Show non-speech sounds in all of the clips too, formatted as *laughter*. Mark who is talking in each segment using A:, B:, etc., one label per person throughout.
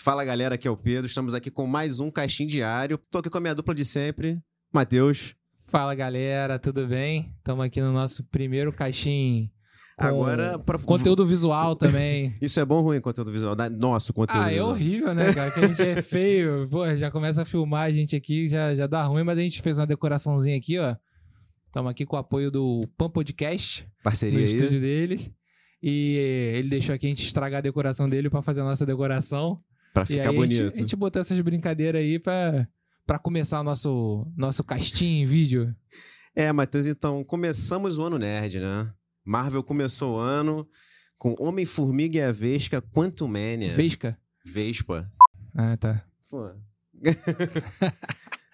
A: Fala galera, aqui é o Pedro, estamos aqui com mais um Caixinho Diário. Tô aqui com a minha dupla de sempre, Matheus.
B: Fala galera, tudo bem? Estamos aqui no nosso primeiro caixinho. com
A: Agora, pra-
B: Conteúdo visual também.
A: Isso é bom ou ruim, *laughs* conteúdo visual? Da- Nosso conteúdo
B: ah, é
A: visual.
B: horrível, né, cara? Que a gente é feio. Pô, já começa a filmar a gente aqui, já, já dá ruim, mas a gente fez uma decoraçãozinha aqui, ó. Estamos aqui com o apoio do Pan Podcast,
A: Parceria
B: no
A: aí.
B: estúdio deles. E ele deixou aqui a gente estragar a decoração dele pra fazer a nossa decoração.
A: Pra
B: e
A: ficar
B: aí A,
A: bonito.
B: gente, a gente botou essas brincadeiras aí pra, pra começar o nosso, nosso castinho em vídeo.
A: É, Matheus, então, começamos o ano nerd, né? Marvel começou o ano com Homem-Formiga e a Vesca, Quantumania.
B: Vesca.
A: Vespa.
B: Ah, tá.
A: Pô,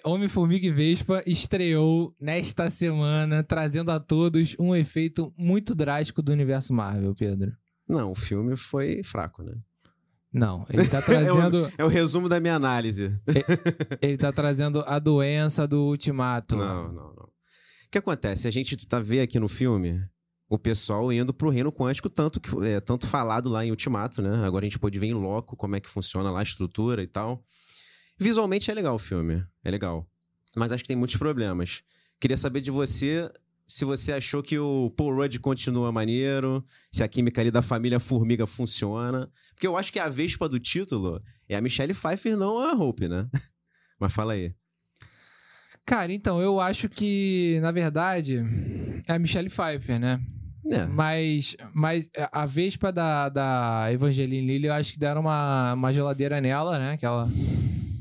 B: Homem-Formiga e Vespa estreou nesta semana, trazendo a todos um efeito muito drástico do universo Marvel, Pedro.
A: Não, o filme foi fraco, né?
B: Não, ele
A: *laughs*
B: tá trazendo,
A: É o resumo da minha análise.
B: ele tá trazendo a doença do Ultimato.
A: Não, não, não. O que acontece? A gente tá vê aqui no filme o pessoal indo pro reino quântico, tanto que é, tanto falado lá em Ultimato, né? Agora a gente pôde ver em loco como é que funciona lá a estrutura e tal. Visualmente é legal o filme, é legal. Mas acho que tem muitos problemas. Queria saber de você se você achou que o Paul Rudd continua maneiro, se a química ali da família Formiga funciona. Porque eu acho que a Vespa do título é a Michelle Pfeiffer, não a Hope, né? *laughs* Mas fala aí.
B: Cara, então, eu acho que, na verdade, é a Michelle Pfeiffer, né?
A: É.
B: Mas, mas a Vespa da, da Evangeline Lilly, eu acho que deram uma, uma geladeira nela, né? Que ela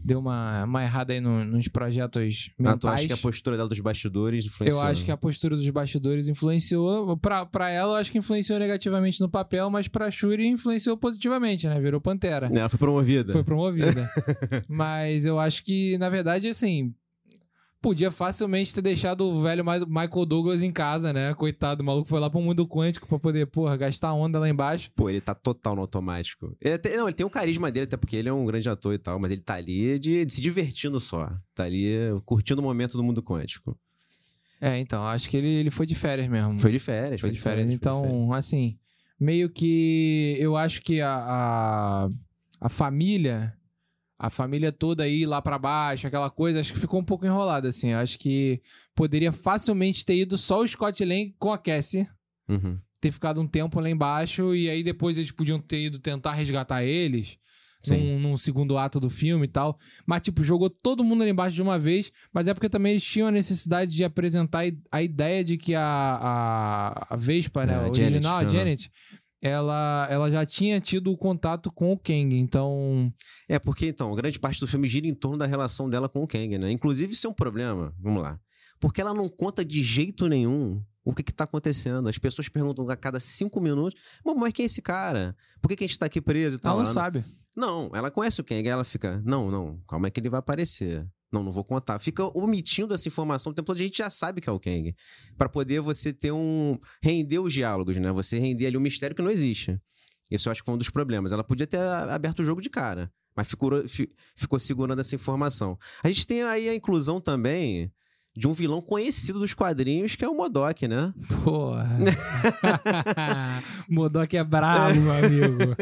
B: deu uma, uma errada aí no- nos projetos
A: Ah,
B: mentais.
A: tu acha que a postura dela dos bastidores
B: Eu
A: influenciou? né?
B: acho que a postura dos bastidores influenciou. Pra, pra ela, eu acho que influenciou negativamente no papel, mas pra Shuri influenciou positivamente, né? Virou Pantera.
A: Ela foi promovida.
B: Foi promovida. mas eu acho que, na verdade, assim. Podia facilmente ter deixado o velho Ma- Michael Douglas em casa, né? Coitado, o maluco foi lá pro mundo quântico pra poder, porra, gastar onda lá embaixo.
A: Pô, ele tá total no automático. Ele até- não, ele tem o carisma dele, até porque ele é um grande ator e tal, mas ele tá ali de, de se divertindo só. Tá ali curtindo o momento do mundo quântico.
B: É, então, acho que ele, ele foi de férias mesmo.
A: Foi de férias.
B: Foi de
A: É
B: férias.
A: foi de
B: Então,
A: férias.
B: assim, meio que eu acho que a, a, a família, a família toda aí lá pra baixo, aquela coisa, acho que ficou um pouco enrolada, assim. Eu acho que poderia facilmente ter ido só o Scott Lang com a Cassie,
A: Uhum.
B: ter ficado um tempo lá embaixo, e aí depois eles podiam ter ido tentar resgatar eles.
A: Sim.
B: Num, num segundo ato do filme e tal. Mas, tipo, jogou todo mundo ali embaixo de uma vez. Mas é porque também eles tinham a necessidade de apresentar i- a ideia de que a, a, a Vespa, né?
A: É, a
B: a
A: Janet,
B: original,
A: aham.
B: a Janet, ela, ela já tinha tido o contato com o Kang. Então,
A: É, porque então, grande parte do filme gira em torno da relação dela com o Kang, né? Inclusive, isso é um problema. Vamos lá. Porque ela não conta de jeito nenhum o que, que tá acontecendo. As pessoas perguntam a cada cinco minutos: "Bom, mas quem é esse cara? Por que, que a gente tá aqui preso e tal?
B: ela não sabe.
A: Não, ela conhece o Kang, ela fica, não, não, calma é que ele vai aparecer. Não, não vou contar. Fica omitindo essa informação o tempo todo, a gente já sabe que é o Kang. Pra poder você ter um. render os diálogos, né? Você render ali um mistério que não existe. Isso eu acho que foi um dos problemas. Ela podia ter a- aberto o jogo de cara, mas ficou, fi- ficou segurando essa informação. A gente tem aí a inclusão também de um vilão conhecido dos quadrinhos, que é o Modok, né? *laughs*
B: Porra. Modok é brabo, meu amigo.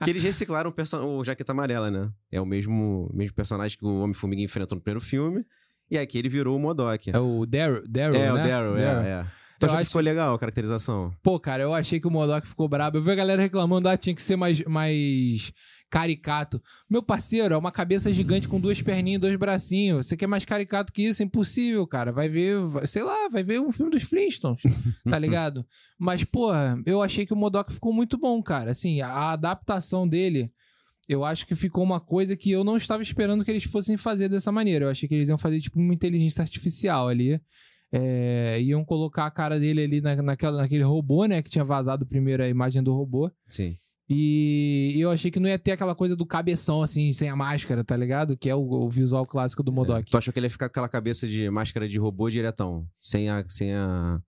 A: É. Que eles reciclaram o, person... o Jaqueta Amarela, né? É o mesmo, mesmo personagem que o Homem-Formiga enfrenta no primeiro filme. E aqui ele virou o Modok.
B: É o Daryl, Daryl,
A: é,
B: né?
A: o Daryl, é, é. Tu
B: Eu
A: achou que
B: acho
A: ficou legal a caracterização?
B: Pô, cara, eu achei que o Modok ficou brabo. Eu vi a galera reclamando, ah, tinha que ser mais, mais caricato. Meu parceiro, é uma cabeça gigante com duas perninhas e dois bracinhos. Você quer mais caricato que isso? É Impossível, cara. Vai ver, vai- sei lá, vai ver um filme dos Flintstones, tá ligado? Mas, porra, eu achei que o Modok ficou muito bom, cara. Assim, a- a adaptação dele, eu acho que ficou uma coisa que eu não estava esperando que eles fossem fazer dessa maneira. Eu achei que eles iam fazer, tipo, uma inteligência artificial ali. É, iam colocar a cara dele ali na, naquela, naquele robô, né? Que tinha vazado primeiro a imagem do robô.
A: Sim.
B: E eu achei que não ia ter aquela coisa do cabeção, assim, sem a máscara, tá ligado? Que é o, o visual clássico
A: É,
B: do Modok.
A: Tu achou que ele ia ficar com aquela cabeça de máscara de robô diretão? Sem a. Sem a...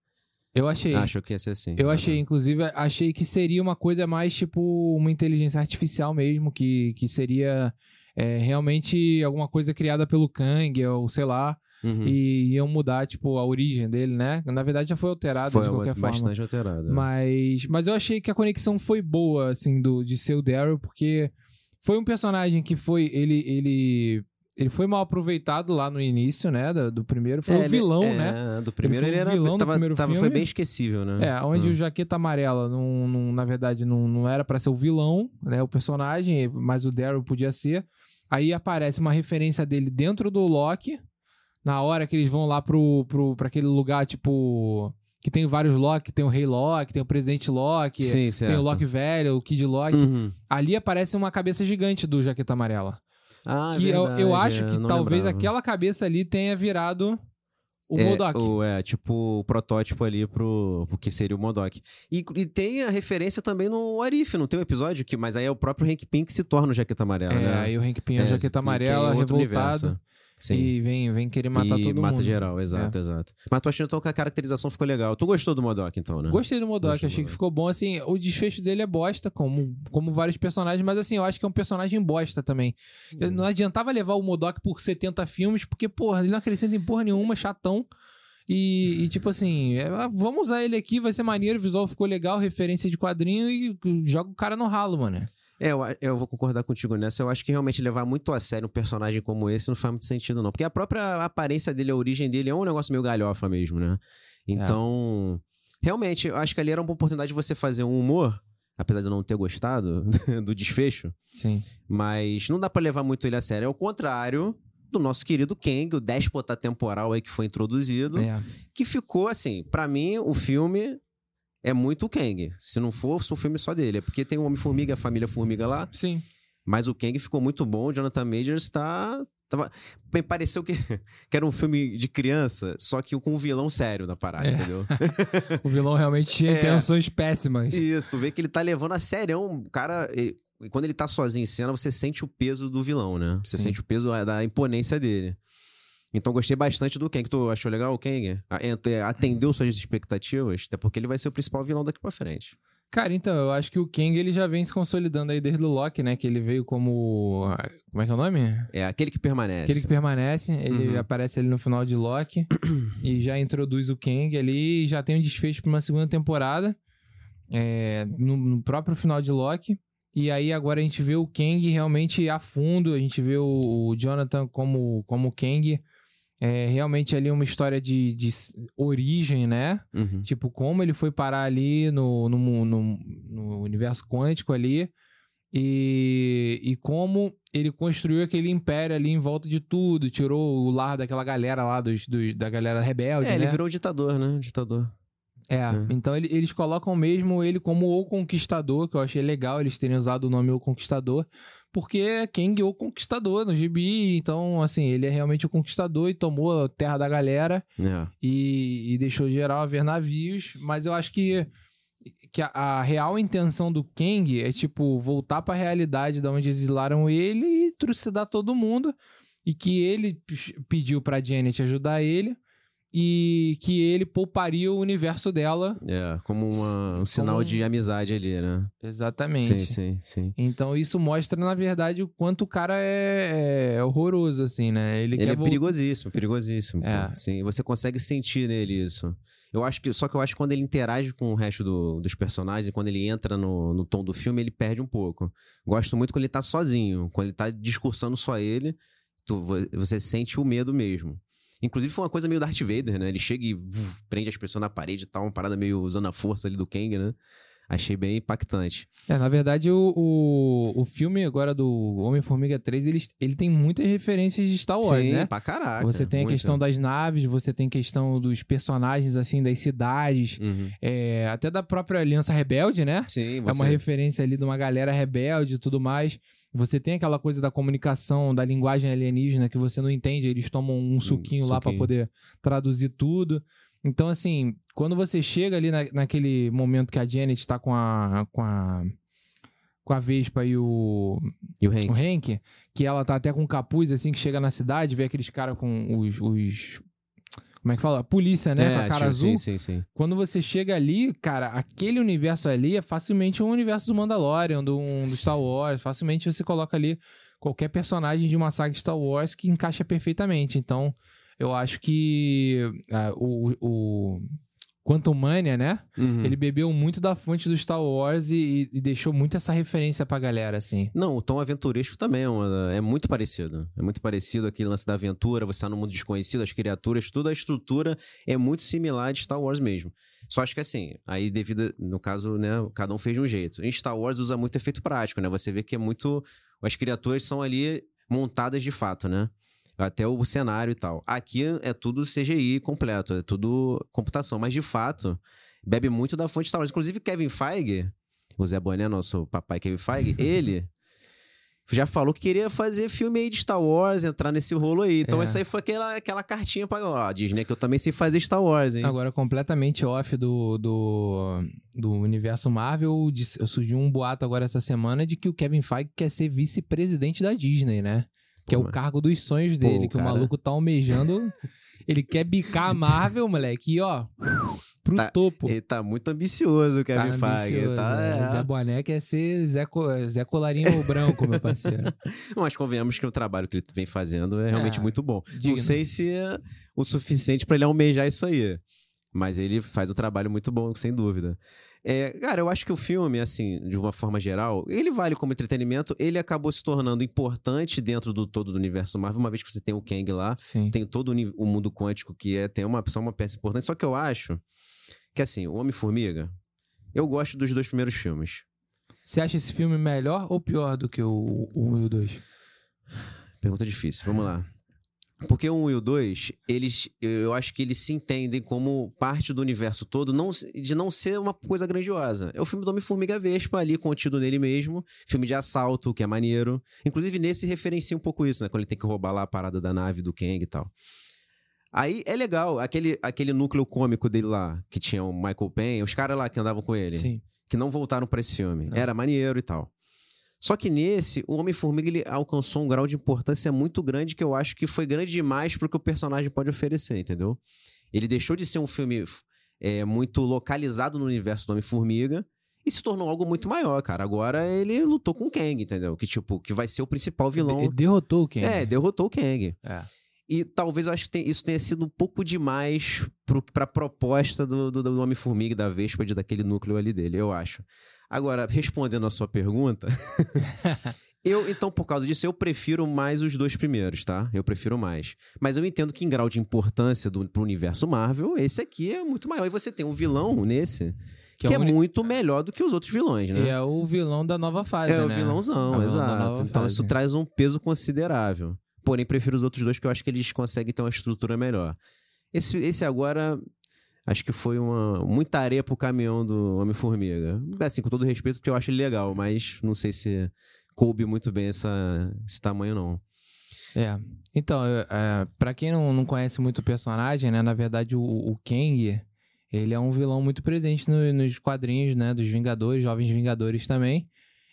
B: Eu achei.
A: Achou que ia ser assim.
B: Eu achei, inclusive, achei que seria uma coisa mais tipo uma inteligência artificial mesmo, que, que seria é, realmente alguma coisa criada pelo Kang, ou sei lá.
A: Uhum.
B: E iam mudar, tipo, a origem dele, né? Na verdade já foi alterado
A: Foi
B: de
A: uma-
B: qualquer forma.
A: bastante alterada.
B: Mas, mas eu achei que a conexão foi boa, assim, do, de ser o Daryl, porque foi um personagem que foi. Ele, ele, ele foi mal aproveitado lá no início, né? Do, do primeiro. Foi
A: É,
B: o
A: ele-
B: vilão,
A: é,
B: né?
A: Do primeiro
B: foi
A: ele,
B: o
A: era.
B: vilão do
A: tava,
B: primeiro
A: tava-
B: filme.
A: Foi bem esquecível, né?
B: É, onde
A: Hum.
B: o Jaqueta Amarela, não, não- na verdade, não, não era pra ser o vilão, né? O personagem, mas o Daryl podia ser. Aí aparece uma referência dele dentro do Loki. Na hora que eles vão lá pro, pro, pra aquele lugar, tipo. Que tem vários Loki, tem o Rei Loki, tem o Presidente Loki.
A: Sim, certo.
B: Tem o Loki velho, o Kid Loki.
A: Uhum.
B: Ali aparece uma cabeça gigante do Jaqueta Amarela.
A: Ah, é
B: que eu, eu
A: verdade,
B: acho
A: é,
B: que
A: não
B: talvez
A: lembrava.
B: aquela cabeça ali tenha virado o
A: é,
B: Modok.
A: o- é, tipo o protótipo ali pro, pro que seria o Modok. E, e tem a referência também no Arif, não tem um episódio que, mas aí é o próprio Hank Pym que se torna o Jaqueta Amarela,
B: É,
A: né?
B: aí o Hank Pym é,
A: É,
B: Jaqueta
A: tem-
B: Amarela,
A: tem outro
B: revoltado.
A: universo. Sim.
B: E vem, vem querer matar
A: E
B: todo
A: mata
B: mundo. É.
A: geral, exato, exato. Mas tu achou então que a caracterização ficou legal. Tu gostou do Modok, então, né?
B: Gostei do Modok,
A: Gostei do
B: achei que
A: Modok.
B: ficou bom. Assim, o desfecho dele é bosta, como, como vários personagens, mas assim, eu acho que é um personagem bosta também.
A: Hum.
B: Eu- Não adiantava levar o Modok por 70 filmes, porque, porra, ele não acrescenta em porra nenhuma, chatão. E, e, tipo assim, é, ah, vamos usar ele aqui, vai ser maneiro, o visual ficou legal, referência de quadrinho e e joga o cara no ralo, mano.
A: É, eu, a- eu vou concordar contigo nessa. Eu acho que realmente levar muito a sério um personagem como esse não faz muito sentido, não. Porque a própria aparência dele, a origem dele é um negócio meio galhofa mesmo, né? Então, realmente, eu acho que ali era uma oportunidade de você fazer um humor, apesar de eu não ter gostado *laughs* do desfecho,
B: Sim.
A: mas não dá pra levar muito ele a sério. É o contrário do nosso querido Kang, o déspota temporal aí que foi introduzido.
B: É.
A: que ficou assim, pra mim o filme é muito o Kang. Se não fosse um filme só dele, é porque tem o Homem-Formiga, a família Formiga lá,
B: Sim.
A: mas o Kang ficou muito bom, o Jonathan Majors tá tava- bem, pareceu que, *laughs* que era um filme de criança, só que com um vilão sério na parada,
B: É. *laughs*
A: entendeu?
B: O vilão realmente tinha
A: *laughs* É.
B: intenções péssimas.
A: Isso, tu vê que ele tá levando a sério, o cara, ele- quando ele tá sozinho em cena, você sente o peso do vilão, né? Você
B: Sim.
A: sente o peso da imponência dele. Então gostei bastante do Kang. Tu achou legal o Kang? A- ent- Atendeu suas expectativas? Até porque ele vai ser o principal vilão daqui pra frente.
B: Cara, então, eu acho que o Kang ele já vem se consolidando aí desde o Loki, né? Que ele veio como. Como é que é o nome?
A: É aquele que permanece.
B: Aquele que permanece, ele
A: Uhum.
B: aparece ali no final
A: *clears throat*
B: de Loki e já introduz o Kang ali e já tem um desfecho pra uma segunda temporada é, no, no próprio final de Loki. E aí agora a gente vê o Kang realmente a fundo, a gente vê o, o Jonathan como, como Kang. É, realmente ali uma história de, de s- origem, né?
A: Uhum.
B: Tipo, como ele foi parar ali no, no, mu- no- no universo quântico ali. E, e como ele construiu aquele império ali em volta de tudo. Tirou o lar daquela galera lá, dos, dos- da galera rebelde,
A: É, ele
B: né?
A: virou ditador, né? Ditador.
B: É, então ele- eles colocam mesmo ele como o Conquistador, que eu achei legal eles terem usado o nome O Conquistador, porque é Kang o Conquistador no gibi, então assim, ele é realmente o Conquistador e tomou a terra da galera
A: É.
B: e, e deixou geral haver navios, mas eu acho que, que a, a real intenção do Kang é, tipo, voltar pra realidade da onde exilaram ele e trucidar todo mundo, e que ele p- pediu pra Janet ajudar ele, e que ele pouparia o universo dela.
A: É, como uma- um sinal
B: um-
A: de amizade ali, né? Sim,
B: Exatamente.
A: sim, sim.
B: Então isso mostra, na verdade, o quanto o cara é, é horroroso, assim, né? Ele,
A: Ele
B: quer
A: é
B: vol-
A: perigosíssimo, perigosíssimo. pô.
B: É.
A: Sim, você consegue sentir nele isso. Eu acho que, só que eu acho que quando ele interage com o resto do- dos personagens, quando ele entra no, no tom do filme, ele perde um pouco. Gosto muito quando ele tá sozinho, quando ele tá discursando só ele, tu- vo- você sente o medo mesmo. Inclusive foi uma coisa meio Darth Vader, né? Ele chega e uf, prende as pessoas na parede e tal, uma parada meio usando a força ali do Kang, né? Achei bem impactante.
B: É, na verdade, o, o, o filme agora do Homem-Formiga 3, ele, ele tem muitas referências de Star Wars,
A: Sim,
B: né?
A: pra caraca.
B: Você tem a
A: muita.
B: questão das naves, você tem questão dos personagens, assim, das cidades, *laughs*
A: Uhum.
B: é, até da própria Aliança Rebelde, né?
A: Sim,
B: É
A: você...
B: uma referência ali de uma galera rebelde e tudo mais. Você tem aquela coisa da comunicação, da linguagem alienígena que você não entende, eles tomam um suquinho lá pra
A: Hum, suquinho.
B: poder traduzir tudo. Então, assim, quando você chega ali na- naquele momento que a Janet tá com a. com a. com a Vespa e o.
A: E o Hank.
B: o Hank, que ela tá até com um capuz, assim, que chega na cidade, vê aqueles caras com os. os- como é que fala? A polícia, né? com a cara
A: acho-
B: azul.
A: tipo, Sim, sim, sim.
B: Quando você chega ali, cara, aquele universo ali é facilmente um universo do Mandalorian, do, um, do Star Wars. Facilmente você coloca ali qualquer personagem de uma saga Star Wars que encaixa perfeitamente. Então, eu acho que ah, o, o Quantum Mania, né?
A: Uhum.
B: Ele bebeu muito da fonte do Star Wars e, e deixou muito essa referência pra galera, assim.
A: Não, o tom aventuresco também é, uma- é muito parecido. É muito parecido aquele lance da aventura, você tá no mundo desconhecido, as criaturas, toda a estrutura é muito similar de Star Wars mesmo. Só acho que assim, aí devido, no caso, né, cada um fez de um jeito. Em Star Wars usa muito efeito prático, né? Você vê que é muito. As criaturas são ali montadas de fato, né? Até o cenário e tal. Aqui é tudo CGI completo, é tudo computação. Mas de fato, bebe muito da fonte Star Wars. Inclusive, Kevin Feige, o Zé Boné, nosso papai Kevin Feige, ele já falou que queria fazer filme aí de Star Wars, entrar nesse rolo aí. Então,
B: É.
A: essa aí foi aquela, aquela cartinha pra ó, Disney, que eu também sei fazer Star Wars, hein?
B: Agora, completamente off do, do, do universo Marvel, disse- surgiu um boato agora essa semana de que o Kevin Feige quer ser vice-presidente da Disney, né? Que é
A: Pô,
B: o cargo dos sonhos dele, que
A: cara.
B: o maluco tá almejando. ele quer bicar a Marvel, moleque, e ó, pro
A: Tá,
B: topo.
A: Ele tá muito ambicioso, o Kevin Feige.
B: ambicioso,
A: tá,
B: né?
A: é.
B: Zé Boné quer ser Zé, Co- Zé
A: *laughs*
B: Colarinho Branco, meu parceiro.
A: Mas convenhamos que o trabalho que ele vem fazendo é realmente
B: É,
A: muito bom. Não
B: digno.
A: sei se é o suficiente pra ele almejar isso aí. Mas ele faz um trabalho muito bom, sem dúvida. É, cara, eu acho que o filme, assim, de uma forma geral, ele vale como entretenimento. Ele acabou se tornando importante dentro do todo do universo Marvel, uma vez que você tem o Kang lá.
B: Sim.
A: tem todo o ni- o mundo quântico que é tem uma só uma peça importante. Só que eu acho que assim, o Homem Formiga, eu gosto dos dois primeiros filmes.
B: Você acha esse filme melhor ou pior do que o 1 e o 2?
A: Pergunta difícil, vamos lá. Porque o 1 e o 2, eles, eu- eu acho que eles se entendem como parte do universo todo, não, se- de não ser uma coisa grandiosa. É o filme do Homem-Formiga Vespa ali, contido nele mesmo. Filme de assalto, que é maneiro. Inclusive, nesse referencia um pouco isso, né? Quando ele tem que roubar lá a parada da nave do Kang e tal. Aí é legal, aquele, aquele núcleo cômico dele lá, que tinha o Michael Penn, os caras lá que andavam com ele
B: Sim.
A: que não voltaram pra esse filme.
B: Não.
A: Era maneiro e tal. Só que nesse, o Homem-Formiga ele alcançou um grau de importância muito grande que eu acho que foi grande demais pro que o personagem pode oferecer, entendeu? Ele deixou de ser um filme é, muito localizado no universo do Homem-Formiga e se tornou algo muito maior, cara. Agora ele lutou com o Kang, entendeu? Que tipo, que vai ser o principal vilão.
B: Ele derrotou o Ken.
A: É, derrotou o Kang.
B: É.
A: E talvez eu acho que tem- isso tenha sido um pouco demais pro, pra proposta do, do, do Homem-Formiga, e da Vespa, de, daquele núcleo ali dele, eu acho. Agora, respondendo a sua *laughs* pergunta, eu, então, por causa disso, eu prefiro mais os dois primeiros, tá? Eu prefiro mais. Mas eu entendo que, em grau de importância do, pro universo Marvel, esse aqui é muito maior. E você tem um vilão nesse que, é,
B: o único-
A: muito melhor do que os outros vilões, né?
B: E é o vilão da nova fase,
A: É
B: né?
A: o vilãozão,
B: É o vilão da
A: exato.
B: nova
A: Então isso
B: fase.
A: traz um peso considerável. Porém, prefiro os outros dois, porque eu acho que eles conseguem ter uma estrutura melhor. Esse, esse agora, acho que foi uma muita areia pro caminhão do Homem-Formiga. Assim, com todo respeito, porque eu acho ele legal, mas não sei se coube muito bem essa- esse tamanho, não.
B: É. Então, eu, é, pra quem não, não conhece muito o personagem, né? Na verdade, o, o Kang, ele é um vilão muito presente no- nos quadrinhos, né? Dos Vingadores, Jovens Vingadores também.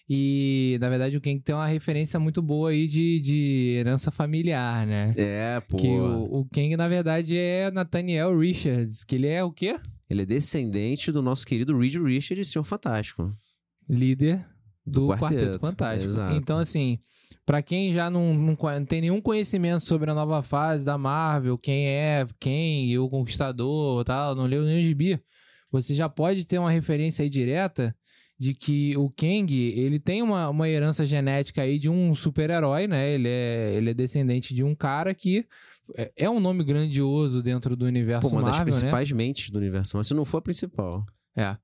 B: E, na verdade, o Kang tem uma referência muito boa aí de, de herança familiar, né?
A: É, pô.
B: Que o, o Kang, na verdade, é Nathaniel Richards, que ele é o quê?
A: Ele é descendente do nosso querido Reed Richard e Senhor Fantástico.
B: líder
A: Do
B: do, Quarteto,
A: Quarteto,
B: Fantástico.
A: exato.
B: Então, assim, pra quem já não, não co- não tem nenhum conhecimento sobre a nova fase da Marvel, quem é, quem, e o Conquistador tal, não leu nenhum gibi, você já pode ter uma referência aí direta de que o Kang, ele tem uma, uma herança genética aí de um super-herói, né? Ele é, ele é descendente de um cara que é- é um nome grandioso dentro do universo
A: Pô, uma das
B: Marvel, né?
A: principais mentes do universo. Mas se não for a principal.
B: É.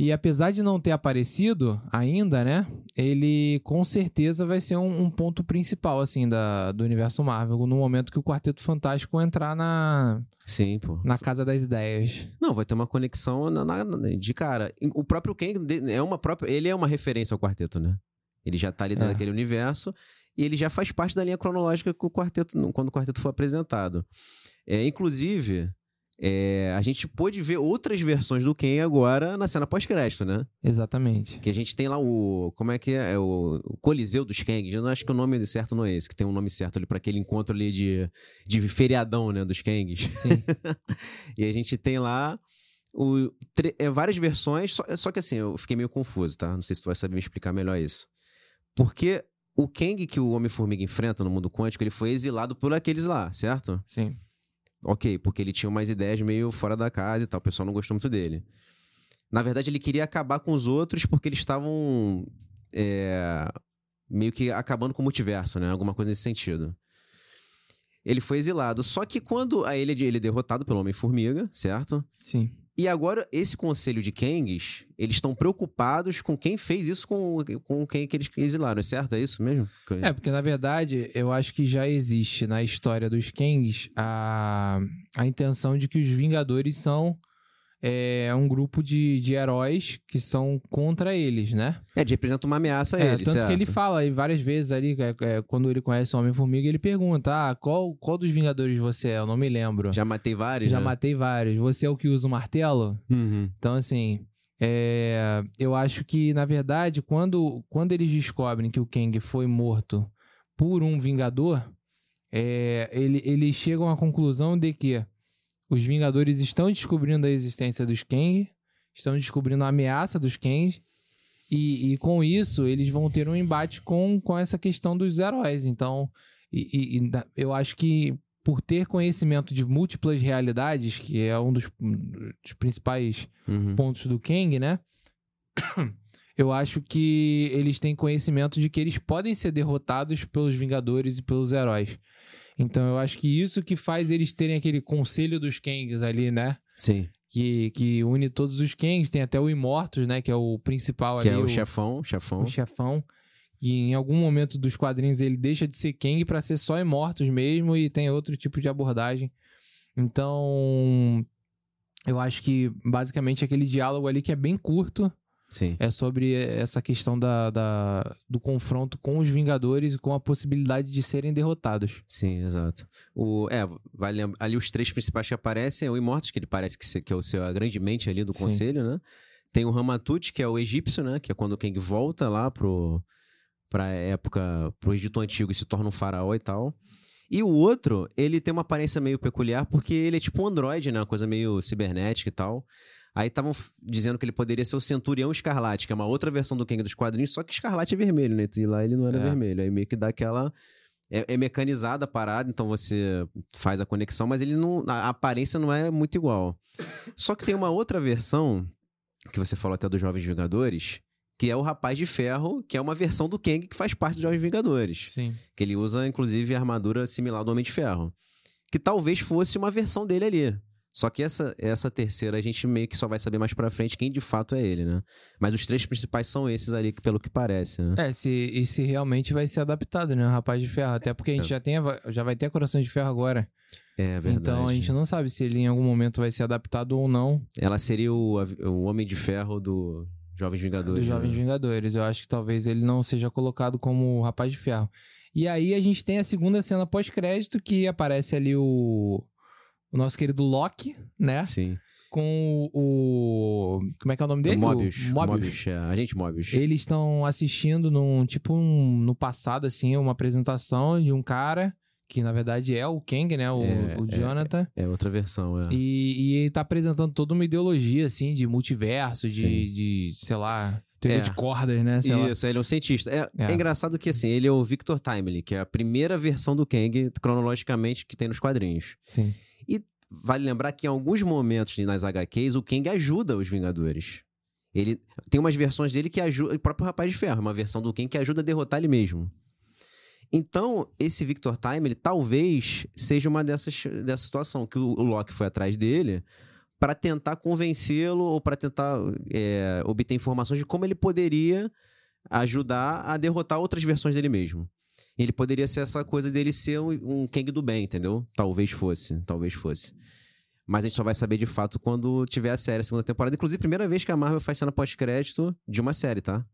B: E apesar de não ter aparecido ainda, né? Ele com certeza vai ser um, um ponto principal, assim, da, do universo Marvel, no momento que o Quarteto Fantástico entrar na,
A: Sim, pô.
B: na Casa das Ideias.
A: Não, vai ter uma conexão na- na- na- de cara. O próprio Kang de- é uma própria. Ele é uma referência ao quarteto, né? Ele já tá ali dentro
B: É.
A: daquele universo e ele já faz parte da linha cronológica que o quarteto, quando o quarteto foi apresentado. É, inclusive, é, a gente pôde ver outras versões do Kang agora na cena pós-crédito, né?
B: Exatamente.
A: Que a gente tem lá o. Como é que é? É o, o Coliseu dos Kangs. né? Eu não acho que o nome certo não é esse, que tem um nome certo ali pra aquele encontro ali de, de feriadão, né? Dos Kangs.
B: Sim.
A: *laughs* E a gente tem lá o, tre- é, várias versões, só, só que assim, eu fiquei meio confuso, tá? Não sei se tu vai saber me explicar melhor isso. Porque o Kang que o Homem-Formiga enfrenta no mundo quântico, ele foi exilado por aqueles lá, certo?
B: Sim.
A: Ok, porque ele tinha umas ideias meio fora da casa e tal. O pessoal não gostou muito dele. Na verdade, ele queria acabar com os outros porque eles estavam é, meio que acabando com o multiverso, né? Alguma coisa nesse sentido. Ele foi exilado. Só que quando a ele, ele é derrotado pelo Homem-Formiga, certo?
B: Sim.
A: E agora, esse conselho de Kangs, eles estão preocupados com quem fez isso com, com quem que eles exilaram, é certo? É isso mesmo?
B: É, porque na verdade, eu acho que já existe na história dos Kangs a, a intenção de que os Vingadores são é, um grupo de, de heróis que são contra eles, né?
A: É, de representa uma ameaça a eles,
B: É, tanto
A: certo?
B: que ele fala aí várias vezes ali, é, é, quando ele conhece o Homem-Formiga, ele pergunta: Ah, qual, qual dos Vingadores você é? Eu não me lembro.
A: Já matei vários,
B: Já
A: né?
B: matei vários. Você é o que usa o martelo?
A: Uhum.
B: Então, assim, é, eu acho que, na verdade, quando, quando eles descobrem que o Kang foi morto por um Vingador, é, ele- eles chegam à conclusão de que os Vingadores estão descobrindo a existência dos Kang, estão descobrindo a ameaça dos Kangs, e, e com isso eles vão ter um embate com, com essa questão dos heróis. Então, e- e- e da- eu acho que por ter conhecimento de múltiplas realidades, que é um dos- um dos principais
A: Uhum.
B: pontos do Kang, né? *coughs* Eu acho que eles têm conhecimento de que eles podem ser derrotados pelos Vingadores e pelos heróis. Então eu acho que isso que faz eles terem aquele conselho dos Kangs ali, né?
A: Sim.
B: Que, que une todos os Kangs. Tem até o Imortus, né? Que é o principal
A: Que
B: ali.
A: é o chefão, chefão.
B: o chefão. E em algum momento dos quadrinhos ele deixa de ser Kang pra ser só Imortus mesmo e tem outro tipo de abordagem. Então, eu acho que basicamente aquele diálogo ali que é bem curto
A: Sim.
B: é sobre essa questão da, da- do confronto com os Vingadores e com a possibilidade de serem derrotados.
A: Sim, exato. O, é, vale lem- ali os três principais que aparecem é o Imortus, que ele parece que, se- que é o seu, a grande mente ali do
B: Sim.
A: conselho, né? Tem o Ramatut, que é o egípcio, né? Que é quando o Kang volta lá pro, pra época, pro Egito Antigo e se torna um faraó e tal. E o outro, ele tem uma aparência meio peculiar, porque ele é tipo um androide, né? Uma coisa meio cibernética e tal. Aí estavam f- dizendo que ele poderia ser o Centurião Escarlate, que é uma outra versão do Kang dos quadrinhos, só que Escarlate é vermelho, né? E lá ele não era
B: É.
A: vermelho. Aí meio que dá aquela. É, é mecanizada a parada, então você faz a conexão, mas ele não. A aparência não é muito igual. Só que tem uma outra versão, que você falou até dos Jovens Vingadores, que é o Rapaz de Ferro, que é uma versão do Kang que faz parte dos Jovens Vingadores.
B: Sim.
A: Que ele usa, inclusive, a armadura similar do Homem de Ferro. Que talvez fosse uma versão dele ali. Só que essa, essa terceira a gente meio que só vai saber mais pra frente quem de fato é ele, né? Mas os três principais são esses ali, que pelo que parece, né?
B: É, se, e se realmente vai ser adaptado, né? o Rapaz de Ferro. Até porque a gente já, tem, a- já vai ter a Coração de Ferro agora.
A: É verdade.
B: Então a gente não sabe se ele em algum momento vai ser adaptado ou não.
A: Ela seria o, av- o Homem de Ferro do Jovens Vingadores.
B: dos Jovens
A: né?
B: Vingadores. Eu acho que talvez ele não seja colocado como o Rapaz de Ferro. E aí a gente tem a segunda cena pós-crédito que aparece ali o, o nosso querido Loki, né?
A: Sim.
B: Com o. Como é que é o nome dele?
A: O Mobius.
B: O Mobius.
A: é. A gente Mobius.
B: Eles estão assistindo num tipo um, no passado assim, uma apresentação de um cara que na verdade é o Kang, né? O,
A: É,
B: o
A: é,
B: Jonathan.
A: É outra versão, é.
B: E, e ele tá apresentando toda uma ideologia assim de multiverso,
A: Sim.
B: de, de sei lá, teoria
A: É.
B: de cordas, né? Sei lá.
A: Isso, ele é um cientista. É,
B: É.
A: é engraçado que, assim, ele é o Victor Timely, que é a primeira versão do Kang, cronologicamente, que tem nos quadrinhos.
B: Sim.
A: Vale lembrar que em alguns momentos nas HQs, o Kang ajuda os Vingadores. Ele tem umas versões dele que ajuda. O próprio Rapaz de Ferro, é uma versão do Kang que ajuda a derrotar ele mesmo. Então, esse Victor Time, ele talvez seja uma dessas dessa situação que o, o Loki foi atrás dele para tentar convencê-lo ou para tentar é, obter informações de como ele poderia ajudar a derrotar outras versões dele mesmo. Ele poderia ser essa coisa dele ser um, um Kang do bem, entendeu? Talvez fosse, talvez fosse. Mas a gente só vai saber de fato quando tiver a série, a segunda temporada. Inclusive, primeira vez que a Marvel faz cena pós-crédito de uma série, tá?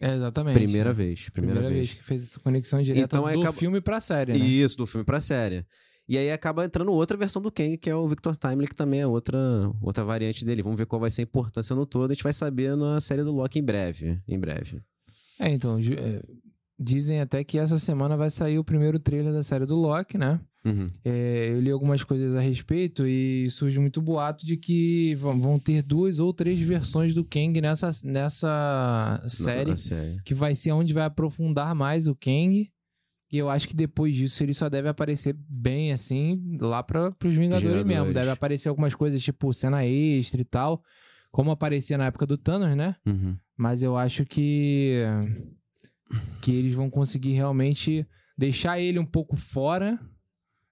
B: É, exatamente.
A: Primeira
B: né?
A: vez. Primeira,
B: Primeira
A: vez.
B: vez que fez essa conexão direta
A: Então,
B: do
A: aí acaba-
B: filme pra série, né?
A: Isso, do filme pra série. E aí acaba entrando outra versão do Kang, que é o Victor Timely, que também é outra, outra variante dele. Vamos ver qual vai ser a importância no todo. A gente vai saber na série do Loki em breve. Em breve.
B: É, então, ju- é, dizem até que essa semana vai sair o primeiro trailer da série do Loki, né?
A: Uhum.
B: É, eu li algumas coisas a respeito e surge muito boato de que vão vão ter duas ou três versões do Kang nessa, nessa
A: Na-
B: série,
A: na série.
B: que vai ser onde vai aprofundar mais o Kang E eu acho que depois disso ele só deve aparecer bem assim, lá para pros Vingadores
A: Vingadores.
B: mesmo. Deve aparecer algumas coisas, tipo cena extra e tal. Como aparecia na época do Thanos, né?
A: Uhum.
B: Mas eu acho que. que eles vão conseguir realmente deixar ele um pouco fora,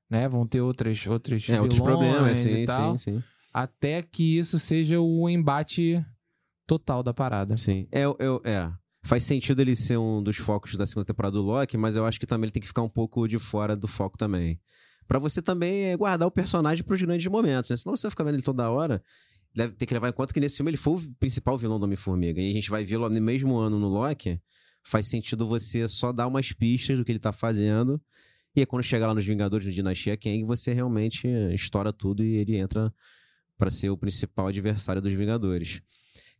B: né? Vão ter outras, outras
A: É, outros
B: vilões
A: problemas,
B: e
A: sim,
B: tal.
A: sim, sim.
B: Até que isso seja o embate total da parada.
A: Sim. É, é, é. Faz sentido ele ser um dos focos da segunda temporada do Loki, mas eu acho que também ele tem que ficar um pouco de fora do foco também. Pra você também é, guardar o personagem pros grandes momentos, né? Senão você vai ficar vendo ele toda hora. Deve ter que levar em conta que nesse filme ele foi o principal vilão do Homem-Formiga. E a gente vai vê-lo no mesmo ano no Loki. Faz sentido você só dar umas pistas do que ele tá fazendo. E aí, quando chegar lá nos Vingadores, no Dinastia Kang, você realmente estoura tudo e ele entra pra ser o principal adversário dos Vingadores.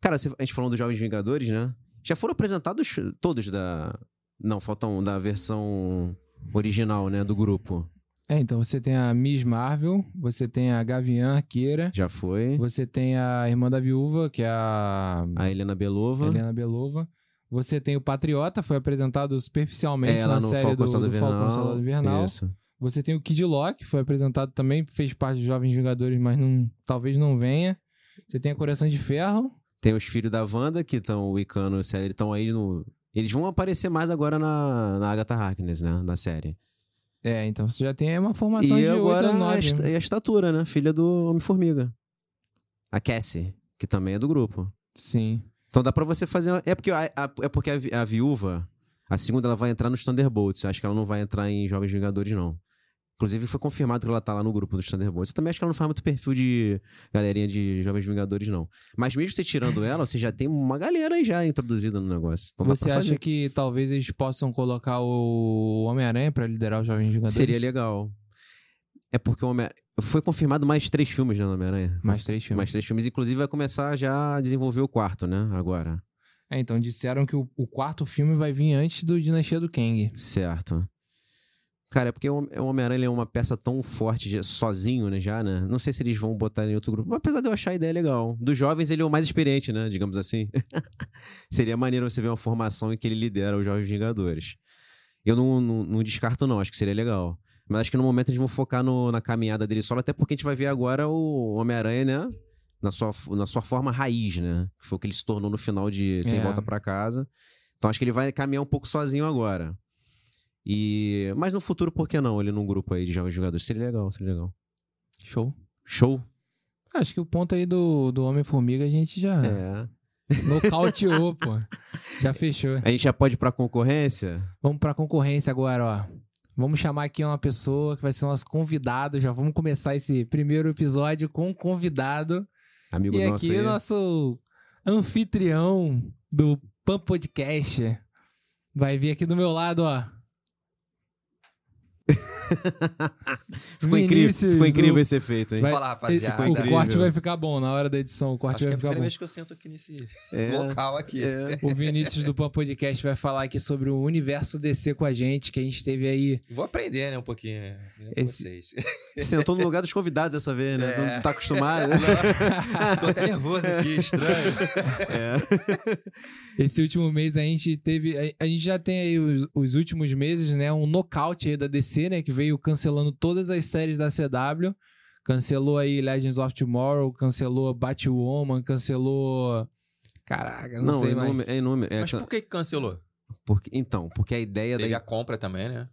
A: Cara, você- a gente falando dos Jovens Vingadores, né? Já foram apresentados todos da. Não, falta um da versão original, né? Do grupo.
B: É, então você tem a Miss Marvel, você tem a Gavião Arqueira,
A: Já foi.
B: você tem a Irmã da Viúva, que é a
A: A Helena Belova.
B: Helena Belova. Você tem o Patriota, foi apresentado superficialmente
A: É,
B: na
A: lá no
B: série
A: Falcão
B: do,
A: do,
B: do Falcão
A: Invernal.
B: e Soldado Invernal.
A: Isso.
B: Você tem o Kid Loki, foi apresentado também, fez parte dos Jovens Vingadores, mas não, talvez não venha. Você tem a Coração de Ferro.
A: Tem os filhos da Wanda, que estão o Icano, eles estão aí no. Eles vão aparecer mais agora na, na Agatha Harkness, né? Na série.
B: É, então você já tem uma formação
A: E
B: de 8
A: agora
B: a
A: a,
B: 9.
A: est- e a estatura, né? Filha do Homem-Formiga. A Cassie, que também é do grupo.
B: Sim.
A: Então dá pra você fazer. uma- É porque a, a- é porque a, vi- a viúva, a segunda, ela vai entrar nos Thunderbolts. Acho que ela não vai entrar em Jovens Vingadores, não. Inclusive, foi confirmado que ela tá lá no grupo dos Thunderbolts. Eu também acho que ela não faz muito perfil de galerinha de Jovens Vingadores, não. Mas mesmo você tirando ela, você já tem uma galera aí já introduzida no negócio. Então
B: você
A: dá pra
B: acha
A: fazer.
B: que talvez eles possam colocar o Homem-Aranha pra liderar os Jovens Vingadores?
A: Seria legal. É porque o Homem Foi confirmado mais três filmes, né, no Homem-Aranha?
B: Mais três filmes.
A: Mais três filmes. Inclusive, vai começar já a desenvolver o quarto, né? Agora.
B: É, então disseram que o, o quarto filme vai vir antes do Dinastia do Kang.
A: Certo. Cara, é porque o Hom- o Homem-Aranha ele é uma peça tão forte de- sozinho, né, já, né? Não sei se eles vão botar ele em outro grupo, mas apesar de eu achar a ideia legal. Dos jovens, ele é o mais experiente, né? Digamos assim. Seria maneiro você ver uma formação em que ele lidera os Jovens Vingadores. Eu não, não, não descarto, não. Acho que seria legal. Mas acho que no momento eles vão focar no- na caminhada dele solo, até porque a gente vai ver agora o Homem-Aranha, né? Na sua, f- na sua forma raiz, né? Que foi o que ele se tornou no final de Sem
B: É.
A: Volta pra Casa. Então acho que ele vai caminhar um pouco sozinho agora. E... Mas no futuro, por que não? Ele num grupo aí de jovens jogadores. Seria legal, seria legal.
B: Show.
A: Show?
B: Acho que o ponto aí do, do Homem-Formiga a gente já
A: É.
B: *laughs* nocauteou, pô. Já fechou.
A: A gente já pode ir pra concorrência?
B: Vamos pra concorrência agora, ó. Vamos chamar aqui uma pessoa que vai ser nosso convidado. Já vamos começar esse primeiro episódio com um convidado.
A: Amigo
B: E
A: nosso
B: aqui
A: aí.
B: nosso anfitrião do Pan Podcast vai vir aqui do meu lado, ó.
A: *laughs* Ficou incrível,
B: Vinícius
A: ficou incrível
B: do-
A: esse efeito, hein?
B: Vai-
C: Fala, rapaziada.
B: tipo, O
A: incrível.
B: corte vai ficar bom na hora da edição. O corte
C: Acho que é
B: vai
C: a
B: ficar
C: primeira
B: bom.
C: vez que eu sento aqui nesse
A: É,
C: local
A: *laughs*
C: aqui.
A: é.
B: O Vinícius do Pan Podcast vai falar aqui sobre o universo DC com a gente, que a gente teve
C: *laughs*
B: aí.
C: Vou aprender, né, um pouquinho, né? aprender com
B: É. Esse- *laughs*
C: vocês.
A: Sentou no lugar dos convidados dessa vez, né?
C: É.
A: Não tá acostumado.
C: Tô até nervoso *laughs* aqui, estranho.
A: É.
B: Esse último mês a gente teve. a- A gente já tem aí os, os últimos meses, né? Um nocaute aí da DC, né? Que veio cancelando todas as séries da CW. Cancelou aí Legends of Tomorrow, cancelou Batwoman, cancelou. Caraca, não,
A: Não,
B: sei
A: é
B: mais.
A: inúmero. É inúmero. É,
C: Mas
A: aquela-
C: por que que cancelou?
A: porque- então, porque a ideia
C: Teve
A: da.
C: a compra também, né?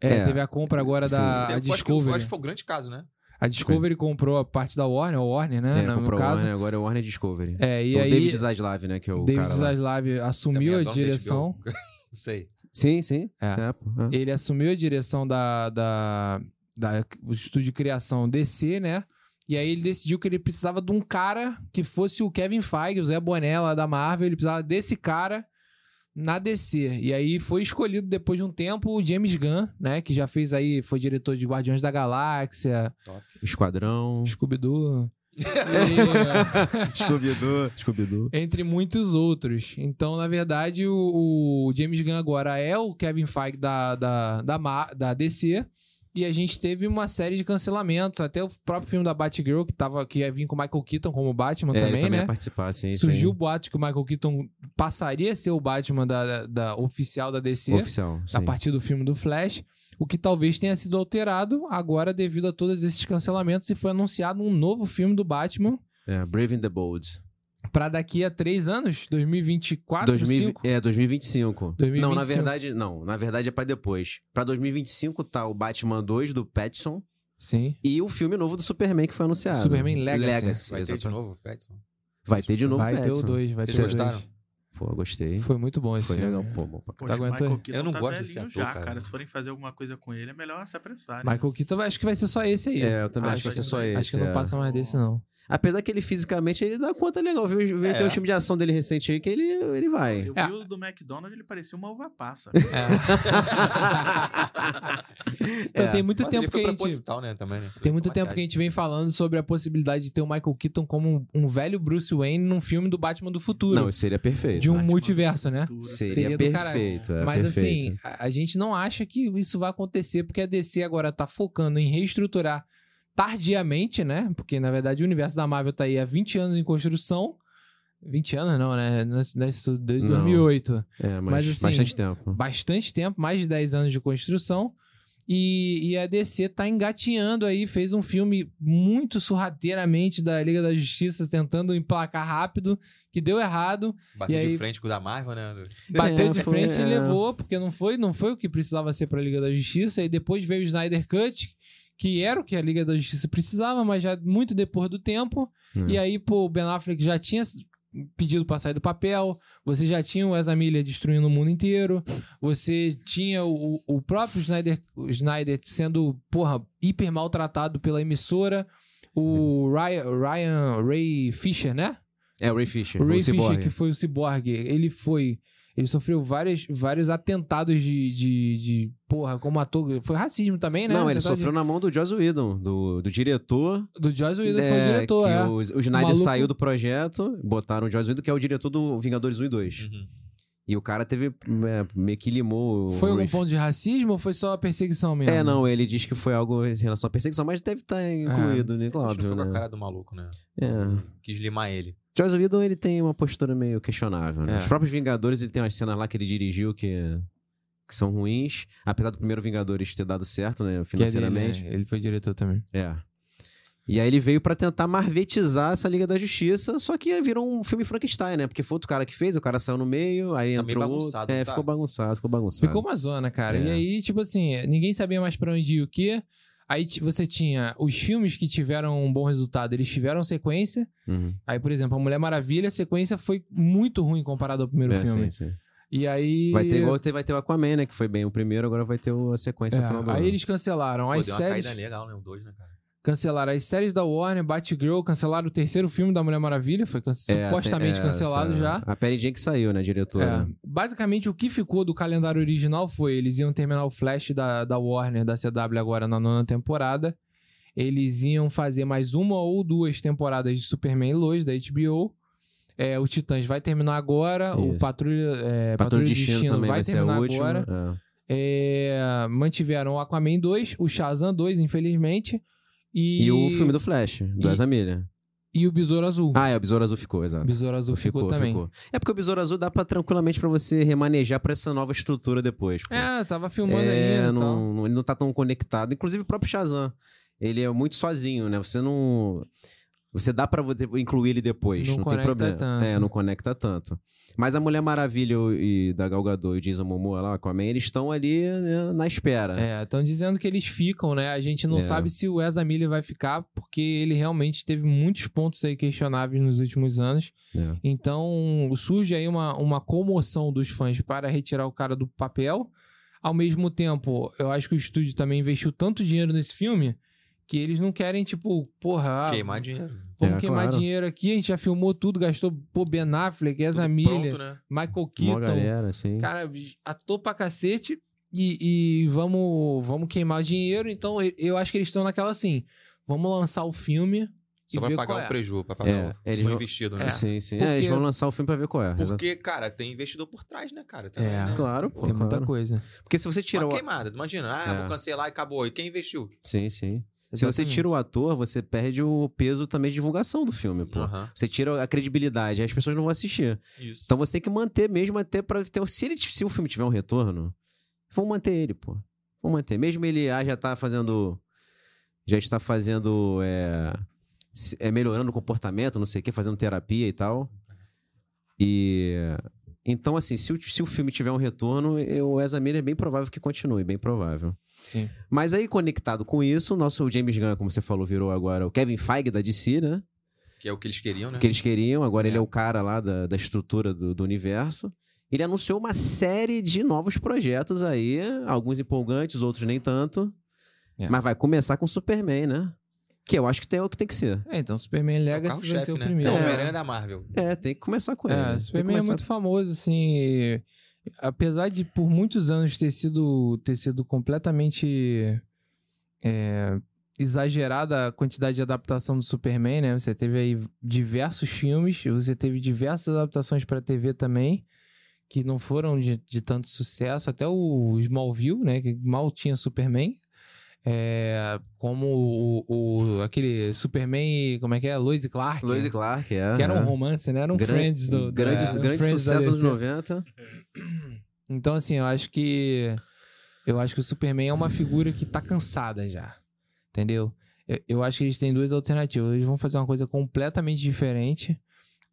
B: É,
A: é.
B: teve a compra agora
A: Sim.
B: da
C: Eu
B: a
C: acho que-
B: Ah, Discovery.
C: acho que foi o grande caso, né?
B: A Discovery comprou a parte da Warner, a Warner, né?
A: É,
B: no
A: comprou
B: caso.
A: Warner, agora é Warner Discovery.
B: É, e
A: o
B: aí.
A: David Zaslav, né? Que é o cara
B: David
A: lá. é
B: Zaslav
C: Também
B: assumiu a
C: adoro
B: direção.
C: HBO. *laughs* Não sei.
A: Sim, sim.
B: É.
A: É, pô, é.
B: Ele assumiu a direção da, da, da o estúdio de criação DC, né? E aí ele decidiu que ele precisava de um cara que fosse o Kevin Feige, o Zé Boné lá da Marvel. Ele precisava desse cara na DC. E aí foi escolhido depois de um tempo o James Gunn, né? Que já fez aí, foi diretor de Guardiões da Galáxia, *laughs*
A: Esquadrão. *laughs*
B: Scooby-Doo. E-
A: Scooby-Doo. Scooby-Doo.
B: entre muitos outros. Então, na verdade, o, o James Gunn agora é o Kevin Feige da, da, da, Ma- da DC. E a gente teve uma série de cancelamentos. Até o próprio filme da Batgirl, que, tava, que ia vir com o Michael Keaton como Batman
A: É, ele
B: também,
A: também ia
B: né?
A: participar, sim.
B: Surgiu o
A: sim.
B: boato que o Michael Keaton passaria a ser o Batman da, da- da oficial da DC
A: Oficial.
B: a
A: sim.
B: partir do filme do Flash, o que talvez tenha sido alterado agora devido a todos esses cancelamentos e foi anunciado um novo filme do Batman
A: É, Brave and the Bold.
B: pra daqui a três anos, 2024, 2025.
A: 2025. É, 2025. Não, na
B: 2025.
A: verdade, não. Na verdade é pra depois. Pra 2025 tá o Batman 2 do Pattinson
B: Sim.
A: e o filme novo do Superman que foi anunciado.
B: Superman Legacy.
C: Vai ter de
A: exatamente.
C: novo, Petson.
A: Vai ter de novo
B: vai ter o
A: Pattinson.
B: 2, vai ter
A: Vocês
B: o dois.
C: gostaram?
A: Pô, gostei. Foi,
B: Foi muito bom esse filme.
A: legal. Pô, bom pra
B: Tá
D: Poxa, o
B: aguentando?
D: Michael Keaton
C: Eu não
D: tá
C: gosto desse
D: velhinho
C: ator,
D: já,
C: cara.
D: cara. Se forem fazer alguma coisa com ele, é melhor se apressarem.
B: Michael Keaton, vai- acho que vai ser só esse aí.
A: É, eu também acho que vai ser só esse.
B: Ah, acho que não
A: é.
B: passa mais
A: *laughs*
B: desse, não.
A: Apesar que ele fisicamente ele dá conta legal. Viu, viu
C: É.
A: tem um filme de ação dele recente aí que ele, ele vai. *laughs*
D: Eu
B: É.
D: vi o do McDonald's, ele parecia uma uva passa.
B: Então
A: É.
B: tem muito
C: Mas
B: tempo
C: ele
B: que
C: foi
B: a gente.
C: proposital, né, também, né?
B: Tem muito tempo que a gente vem falando sobre a possibilidade de ter o Michael Keaton como um, um velho Bruce Wayne num filme do Batman do futuro.
A: Não, seria perfeito.
B: de um
D: Batman do
B: multiverso, né?
D: futuro.
A: Seria,
B: seria do caralho.
A: perfeito. é,
B: Mas
A: perfeito.
B: assim, a, a gente não acha que isso vai acontecer, porque a DC agora tá focando em reestruturar tardiamente, né? Porque, na verdade, o universo da Marvel tá aí há 20 anos em construção. 20 anos não, né? Nas- nas- Desde
A: Não.
B: 2008.
A: É, mas,
B: mas assim-
A: bastante tempo.
B: Bastante tempo, mais de 10 anos de construção. E, e a DC tá engatinhando aí, fez um filme muito sorrateiramente da Liga da Justiça, tentando emplacar rápido, que deu errado.
C: Bateu
B: E aí-
C: de frente com o da Marvel, né? do-
A: É,
B: Bateu de
A: foi-
B: frente e
A: é.
B: levou, porque não foi, não foi o que precisava ser para a Liga da Justiça. E depois veio o Snyder Cut, que era o que a Liga da Justiça precisava, mas já muito depois do tempo.
A: É.
B: E aí, pô, o Ben Affleck já tinha s- pedido para sair do papel, você já tinha o Ezra Miller destruindo o mundo inteiro, você tinha o, o próprio Snyder, o Snyder sendo, porra, hiper maltratado pela emissora. O Ryan, Ryan Ray Fisher, né?
A: É, o Ray Fisher.
B: O Ray
A: o
B: Fisher,
A: Cyborg.
B: que foi o ciborgue, ele foi. Ele sofreu várias, vários atentados de, de, de- Porra, como ator. Foi racismo também, né?
A: Não, ele
B: Atentado de-
A: sofreu na mão do Joss Whedon, do, do diretor.
B: Do Joss Whedon
A: é,
B: foi o diretor,
A: que
B: é.
A: o, o Snyder
B: maluco-
A: saiu do projeto, botaram o Joss Whedon, que é o diretor do Vingadores 1 e 2.
C: Uhum.
A: E o cara teve. É, meio que limou. o Ray
B: Foi algum
A: Fisher.
B: ponto de racismo ou foi só perseguição mesmo? É,
A: É, não, ele diz que foi algo em relação à perseguição, mas deve estar incluído, né?
C: Acho que
A: Óbvio,
C: foi com a
A: né?
C: cara do maluco, né?
A: É.
C: Quis limar ele.
A: Joss Whedon, ele tem uma postura meio questionável, né?
B: É.
A: Os próprios Vingadores, ele tem umas cenas lá que ele dirigiu que, que são ruins. Apesar do primeiro Vingadores ter dado certo, né?
B: Que é dele, né?
A: Financeiramente.
B: Ele foi diretor também.
A: É. E aí ele veio pra tentar marvetizar essa Liga da Justiça, só que virou um filme Frankenstein, né? Porque foi outro cara que fez, o cara saiu no meio, aí
C: Tá meio
A: entrou outro.
C: bagunçado,
A: é,
C: tá?
A: ficou bagunçado, ficou bagunçado.
B: Ficou uma zona, cara.
A: É.
B: E aí, tipo assim, ninguém sabia mais pra onde ir o quê. Aí ti- você tinha os filmes que tiveram um bom resultado, eles tiveram sequência.
A: Uhum.
B: Aí, por exemplo, a Mulher Maravilha, a sequência foi muito ruim comparado ao primeiro
A: É,
B: filme.
A: sim, sim.
B: E aí.
A: Vai ter igual vai ter o Aquaman, né? Que foi bem o primeiro, agora vai ter o- a
B: É,
A: sequência final do
B: aí
A: ano.
B: eles cancelaram
C: Pô,
B: as
C: deu uma
B: séries.
C: caída legal, né? O 2, né, cara?
B: Cancelaram as séries da Warner, Batgirl, cancelaram o terceiro filme da Mulher Maravilha, foi can-
A: É,
B: supostamente
A: é,
B: cancelado
A: foi-
B: já.
A: A Perry Jenkins saiu, né,
B: É,
A: diretora?
B: basicamente, o que ficou do calendário original foi: eles iam terminar o Flash da, da Warner, da CW, agora na nona temporada. Eles iam fazer mais uma ou duas temporadas de Superman e Lois, da HBO. É, o Titãs vai terminar agora. O
A: Isso.
B: Patrulha, é,
A: Patrulho
B: Patrulha
A: de Destino também vai, ser a
B: terminar
A: última.
B: agora.
A: É.
B: É, mantiveram o Aquaman 2, o Shazam 2, infelizmente. E,
A: E... o filme do Flash, do
B: e-
A: Ezra Miller.
B: e o Besouro Azul.
A: Ah, é, o Besouro Azul ficou,
B: o
A: exato.
B: Besouro Azul ficou, também.
A: É porque o Besouro Azul dá pra, tranquilamente pra você remanejar pra essa nova estrutura depois. pô.
B: É, tava filmando
A: É,
B: ainda. e tal.
A: não, não- ele não tá tão conectado. Inclusive o próprio Shazam. Ele é muito sozinho, né? Você não. Você dá pra você incluir ele depois.
B: Não
A: Não, tem
B: conecta
A: problema.
B: tanto.
A: É, não conecta tanto. Mas a Mulher Maravilha e da Gal Gadot e o Jason Momoa lá com a Man, eles estão ali né, na espera.
B: É, estão dizendo que eles ficam, né? A gente não
A: É.
B: sabe se o Ezra Miller vai ficar, porque ele realmente teve muitos pontos aí questionáveis nos últimos anos.
A: É.
B: Então, surge aí uma, uma comoção dos fãs para retirar o cara do papel. Ao mesmo tempo, eu acho que o estúdio também investiu tanto dinheiro nesse filme que eles não querem, tipo, porra, ah,
C: Queimar dinheiro.
B: Vamos
A: É,
B: queimar
A: claro.
B: dinheiro aqui, a gente já filmou tudo, gastou pô, Ben Affleck, Ezra
C: Tudo
B: Miller,
C: Pronto, né?
B: Michael
A: Mó
B: Keaton,
A: galera, assim.
B: cara, ator pra cacete e, e vamos, vamos queimar dinheiro. Então e- eu acho que eles estão naquela assim, vamos lançar o filme
C: Só
B: e
C: vai
B: ver
C: pagar
B: qual
C: um
B: é.
C: prejuízo, pra pagar
A: É,
C: o que
A: eles
C: foi
A: vão-
C: investido, né?
B: É.
A: Sim, sim.
B: Porque-
A: É, eles vão lançar o filme pra ver qual é. exato.
C: Porque, cara, tem investidor por trás, né, cara? Também,
B: É.
C: né?
A: Claro, pô.
B: Tem muita
A: claro.
B: coisa.
A: Porque se você tirar
C: Uma
A: o.
C: queimada, imagina. Ah,
A: É.
C: vou cancelar e acabou. E quem investiu?
A: Sim, sim. Se você
B: Exatamente.
A: tira o ator, você perde o peso também de divulgação do filme, pô.
C: Aham.
A: Você tira a credibilidade, aí as pessoas não vão assistir.
C: Isso.
A: Então você tem que manter mesmo até pra ter. Se, ele, se o filme tiver um retorno, vão manter ele, pô. Vão manter. Mesmo ele ah, já tá fazendo. Já está fazendo. É, se- é, melhorando o comportamento, não sei o quê, fazendo terapia e tal. E. Então, assim, se o, se o filme tiver um retorno, eu- o Ezra Miller é bem provável que continue, bem provável.
B: Sim.
A: Mas aí, conectado com isso, o nosso James Gunn, como você falou, virou agora o Kevin Feige da DC, né?
C: Que é o que eles queriam, né?
A: que eles queriam. Agora
C: É.
A: ele é o cara lá da, da estrutura do, do universo. Ele anunciou uma série de novos projetos aí, alguns empolgantes, outros nem tanto.
B: É.
A: Mas vai começar com Superman, né? Que eu acho que tem o que tem que ser.
B: É, então Superman
C: É o
B: Legacy vai
C: carro-chefe,
B: ser o
C: né?
B: primeiro.
C: É o
A: É.
C: Homem-Aranha da Marvel.
A: É, tem que começar com ele.
B: É,
A: Tem que
B: Superman é
A: começar-
B: muito famoso, assim. e, apesar de por muitos anos ter sido, ter sido completamente é, exagerada a quantidade de adaptação do Superman, né? Você teve aí diversos filmes, você teve diversas adaptações pra TV também, que não foram de, de tanto sucesso. Até o Smallville, né? Que mal tinha Superman. É, como o, o- aquele Superman, como é que é? Lois e Clark.
A: Lois
B: né?
A: e Clark, é.
B: Que era
A: né?
B: um romance, né? Era um
A: Gran-
B: Friends do... do-
A: grande,
B: é, um
A: grande
B: Friends da
A: sucesso dos
B: DC.
A: 90.
B: Então, assim, eu acho que... Eu acho que o Superman é uma figura que tá cansada já. Entendeu? Eu, eu acho que eles têm duas alternativas. Eles vão fazer uma coisa completamente diferente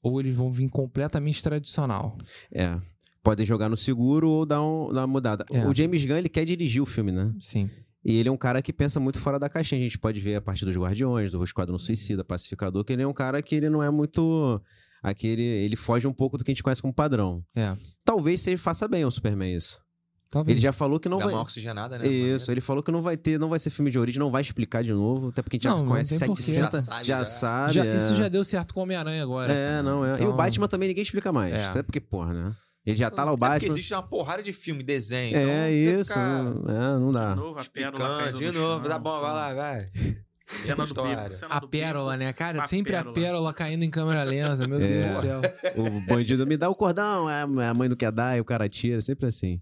B: ou eles vão vir completamente tradicional.
A: É. Podem jogar no seguro ou dar, um, dar uma mudada.
B: É.
A: O James Gunn, ele quer dirigir o filme, né?
B: Sim.
A: E ele é um cara que pensa muito fora da caixinha. A gente pode ver a partir dos Guardiões, do Esquadrão Suicida, Pacificador, que ele é um cara que ele não é muito. Aquele, ele foge um pouco do que a gente conhece como padrão.
B: É.
A: Talvez se ele faça bem ao Superman isso.
B: Talvez.
A: Ele já falou que não
C: Dá
A: Então vai.
C: uma oxigenada, né?
A: Isso, ele falou que não vai ter, não vai ser filme de origem, não vai explicar de novo, até porque a gente
B: Não,
A: já
B: não
A: conhece
B: tem porquê.
A: 700,
C: Já
A: já
C: sabe,
A: sabe.
C: já.
B: Já-
A: é.
B: Isso já deu certo com o Homem-Aranha agora.
A: É, não, é. E
B: Então-
A: o Batman também ninguém explica mais.
B: É.
A: Sabe por que, porra, né? Ele já tá lá
C: É
A: o
C: porque
A: Batman.
C: existe uma porrada de filme, desenho. então
A: É
C: você
A: isso,
C: fica
A: né? É, não dá.
D: De novo, a pérola
C: explicando,
D: caindo
C: de
D: no
C: novo,
D: chão,
C: tá bom, vai lá, vai.
D: *laughs* Cena do
C: História.
D: bico, cena
B: A
D: do
B: pérola,
D: bico.
B: né, cara?
D: A
B: Sempre a
D: pérola.
B: pérola caindo em câmera lenta. Meu
A: É.
B: Deus do céu.
A: O bandido me dá o cordão, é, a mãe não quer dar, e o cara tira, sempre assim.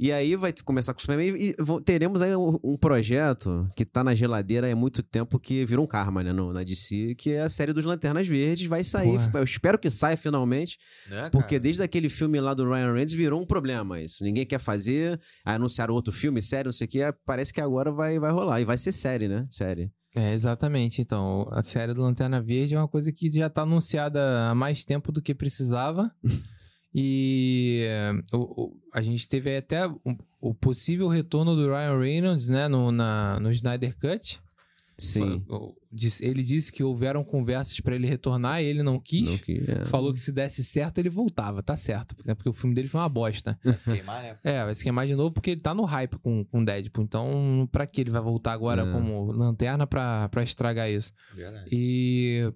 A: E aí vai começar com o Superman e vo- teremos aí um, um projeto que tá na geladeira há muito tempo que virou um karma, né, no, na DC, que é a série dos Lanternas Verdes, vai sair,
B: Porra.
A: eu espero que saia finalmente,
C: Né,
A: porque
C: cara?
A: desde aquele filme lá do Ryan Reynolds virou um problema isso, ninguém quer fazer, anunciaram outro filme, série, não sei o que, parece que agora vai, vai rolar, e vai ser série, né, série.
B: É, exatamente. Então, a série do Lanterna Verde é uma coisa que já tá anunciada há mais tempo do
A: *laughs*
B: que precisava. e eh, o- o- a gente teve até um- o possível retorno do Ryan Reynolds, né, no, na- no Snyder Cut.
A: Sim.
B: O- diz- Ele disse que houveram conversas pra ele retornar e ele não quis.
A: Não que- é.
B: Falou que se desse certo, ele voltava, tá certo. Porque porque o filme dele foi uma bosta.
C: Vai se queimar, né?
B: É, vai se queimar de novo porque ele tá no hype com o Deadpool. Então, pra que ele vai voltar agora
A: É.
B: como lanterna pra, pra estragar isso?
A: *laughs*
C: Verdade.
B: E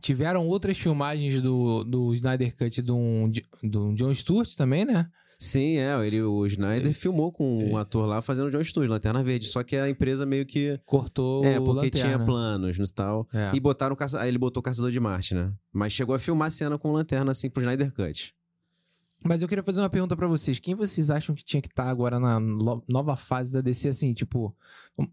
B: tiveram outras filmagens do, do Snyder Cut de um, de um John Stewart também, né?
A: Sim, é. Ele, o Snyder filmou com um
B: é.
A: ator lá fazendo John Studio, Lanterna Verde. Só que a empresa meio que.
B: Cortou
A: é,
B: o
A: porque
B: lanterna.
A: tinha planos e tal.
B: É.
A: E botaram o caça... aí ele botou o Caçador de Marte, né? Mas chegou a filmar a cena com lanterna, assim, pro Snyder Cut.
B: Mas eu queria fazer uma pergunta pra vocês. Quem vocês acham que tinha que estar agora na lo- nova fase da DC, assim, tipo... um-